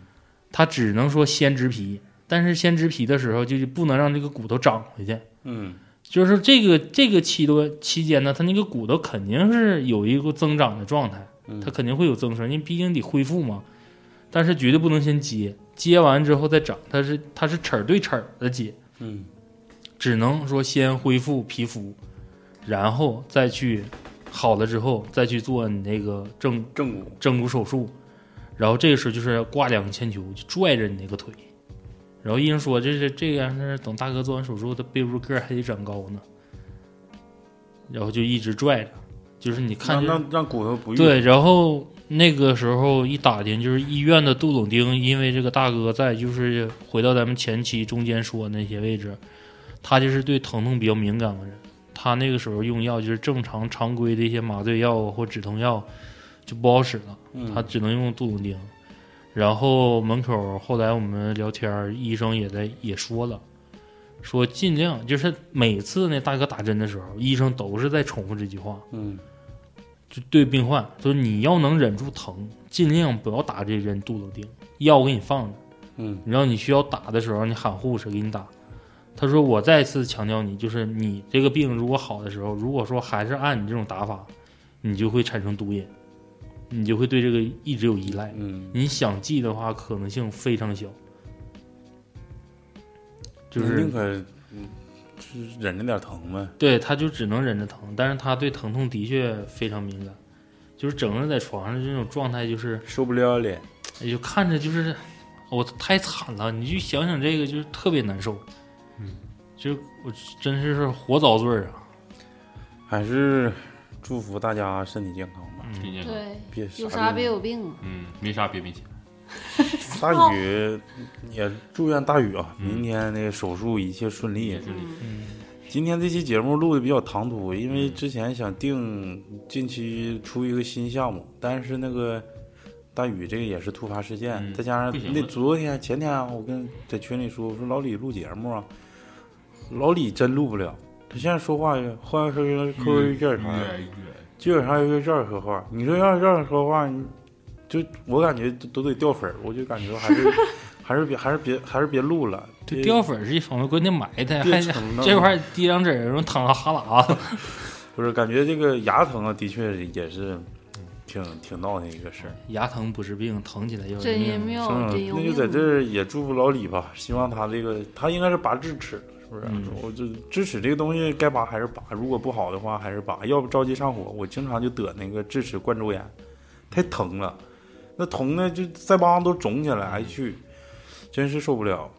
他只能说先植皮，但是先植皮的时候就是不能让这个骨头长回去。
嗯，
就是说这个这个期多期间呢，他那个骨头肯定是有一个增长的状态
嗯，
它肯定会有增生，因为毕竟得恢复嘛。但是绝对不能先接，接完之后再长，它是它是齿儿对齿儿的接，
嗯，
只能说先恢复皮肤，然后再去好了之后再去做你那个正
正骨，
正骨手术，然后这个时候就是挂两个铅球，就拽着你那个腿。然后医生说这是这样是等大哥做完手术，他背部个儿还得长高呢。然后就一直拽着，就是你看
让
着
让让骨头不愈，
对，然后那个时候一打听，就是医院的杜总丁，因为这个大哥在，就是回到咱们前期中间说的那些位置，他就是对疼痛比较敏感的人，他那个时候用药就是正常常规的一些麻醉药啊或止痛药就不好使了。
嗯，
他只能用杜总丁。然后门口后来我们聊天儿，医生也在也说了，说尽量就是每次那大哥打针的时候，医生都是在重复这句话，
嗯
就对病患就是你要能忍住疼，尽量不要打这针杜总丁，药我给你放着，
嗯
然后你需要打的时候你喊护士给你打。他说我再次强调你，就是你这个病如果好的时候，如果说还是按你这种打法，你就会产生毒瘾，你就会对这个一直有依赖。
嗯，
你想记的话，可能性非常小。就
宁
是
可嗯就是忍着点疼呗，
对，他就只能忍着疼，但是他对疼痛的确非常敏感，就是整个人在床上这种状态，就是
受不了脸，
哎就看着就是我太惨了，你就想想这个就是特别难受，
嗯，
就我真是活遭罪儿啊，
还是祝福大家身体健康吧，
挺
嗯，
健康，
对，
别
有啥别
病
有病啊。
嗯，没啥别没钱，
大宇也祝愿大宇啊，
嗯
明天那个手术一切顺利。嗯
顺利，
今天这期节目录的比较唐突，因为之前想定近期出一个新项目，但是那个大宇这个也是突发事件，
嗯
再加
不行
上那
了
昨天前天啊，我跟在群里说，我说老李录节目啊，老李真录不了，他现在说话换说口音有点
嗯越
长，
来越
基本上就是这样说话。你说要是这样说话，你就我感觉都都得掉粉儿，我就感觉还是还是别还是别还是别录了。
这掉粉儿是一方面，关键埋汰，
别
还
逞能
这块儿滴两指，然后淌哈喇子，
不是感觉这个牙疼啊，的确也是挺挺闹的一个事儿。
牙疼不是病，疼起来要
真
人
阴
命。
妙，真
嗯，
有
那就
病。
在这儿也祝福老李吧，希望他这个他应该是拔智齿了，是不是？啊
嗯
我就智齿这个东西该拔还是拔，如果不好的话还是拔，要不着急上火。我经常就得那个智齿冠周炎，太疼了，那疼的就腮帮子都肿起来，哎去，真是受不了。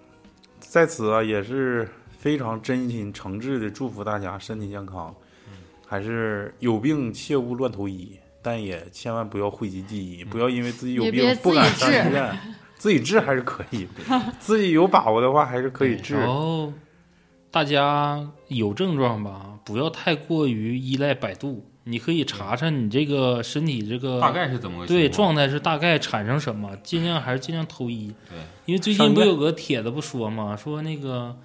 在此啊，也是非常真心诚挚的祝福大家身体健康，还是有病切勿乱投医，但也千万不要讳疾忌医，不要因为自己有
也
病
别
不敢
自
上
己治
医院，自己治还是可 以，自己有把握的话还是可以治。
然后大家有症状吧，不要太过于依赖百度，你可以查查你这个身体这个
大概是怎么个
对
情况
状态是大概产生什么，尽量还是尽量投医。
对，
因为最近不有个帖子不说嘛，说那个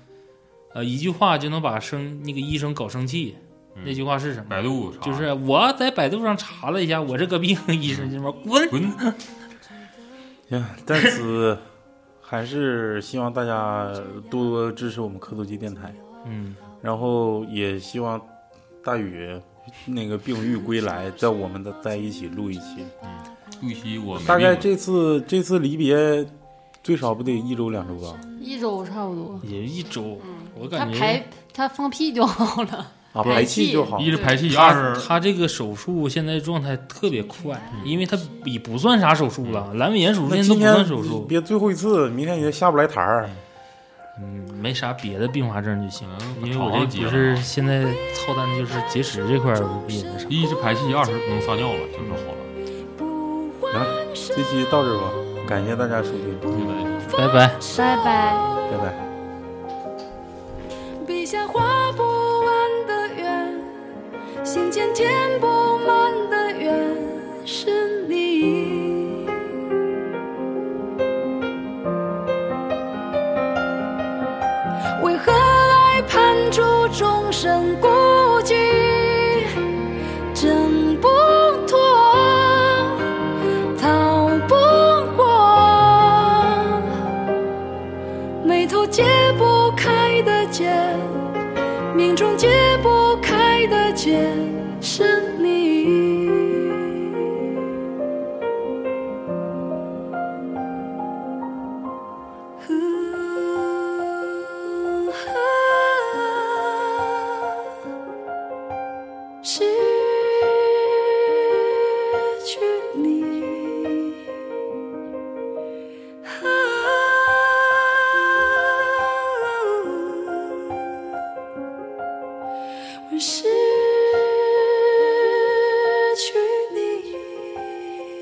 呃一句话就能把生那个医生搞生气，
嗯
那句话是什么？
百度啥
就是我在百度上查了一下，我这个病医
嗯
生这边滚。
滚，
行，在此还是希望大家多多支持我们科多基电台，
嗯，
然后也希望大宇那个病愈归来，在我们的在一起录一期。
录一期我没
大概
病
这次这次离别，最少不得一周两周吧？
一周差不多。
也一周，我
嗯他
感觉
排他放屁就好了，
啊，
排
排
气
气就好
过。一是排气，
他
二嗯是
他这个手术现在状态特别快，因为他已不算啥手术
嗯
了，阑尾炎手术
那
现在都不
今天
算手术，
别最后一次，明天你就下不来台儿。
嗯，没啥别的并发症就行。
嗯
因为
好
我
好
这
解
不
了
是现在操蛋的就是结石这块儿也那啥。
一是排气，二是能撒尿了，就是好了，
这期到这儿吧，感谢大家收听，
对吧？
拜拜。
拜拜。
拜拜。
笔下画不完的圆，心间填不满的缘是你。为何爱判处众生孤寂，挣不脱，逃不过。眉头解不开的结，命中解不开的结是你。呼啊失去你。啊，我失去你。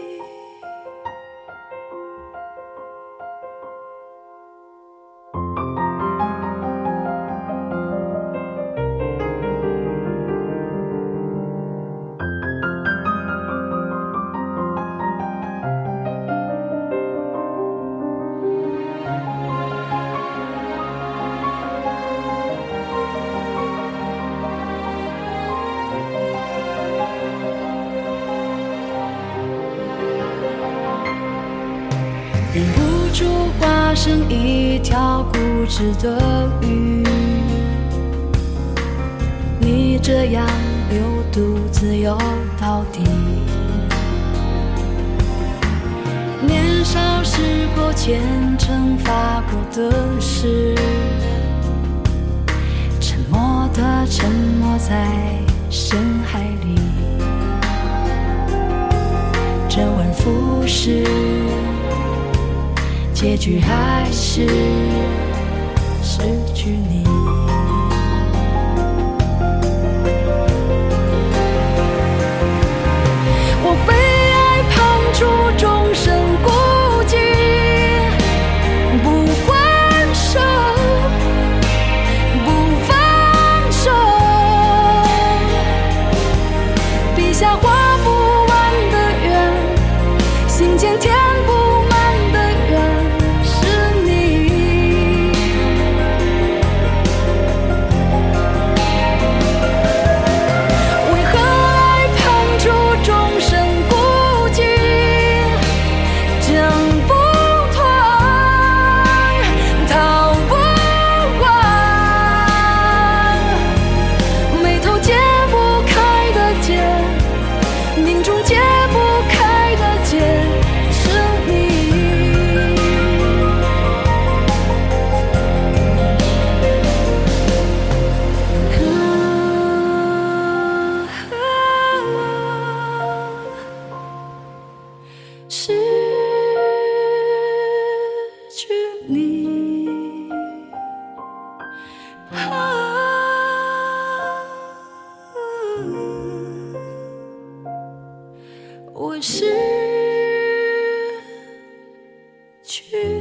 忍不住化身一条固执的鱼，你这样流独自游到底。年少时候虔诚发过的誓，沉默的沉没在深海里，周而复始。结局还是失去你。我被爱判处终身孤寂，不还手，不放手，笔下画不完的圆。心间填不满的缘是你。为何爱判处众生孤寂，挣不脱，逃不完，眉头解不开的结。命中解不开的结是你。失去你。啊。我失去。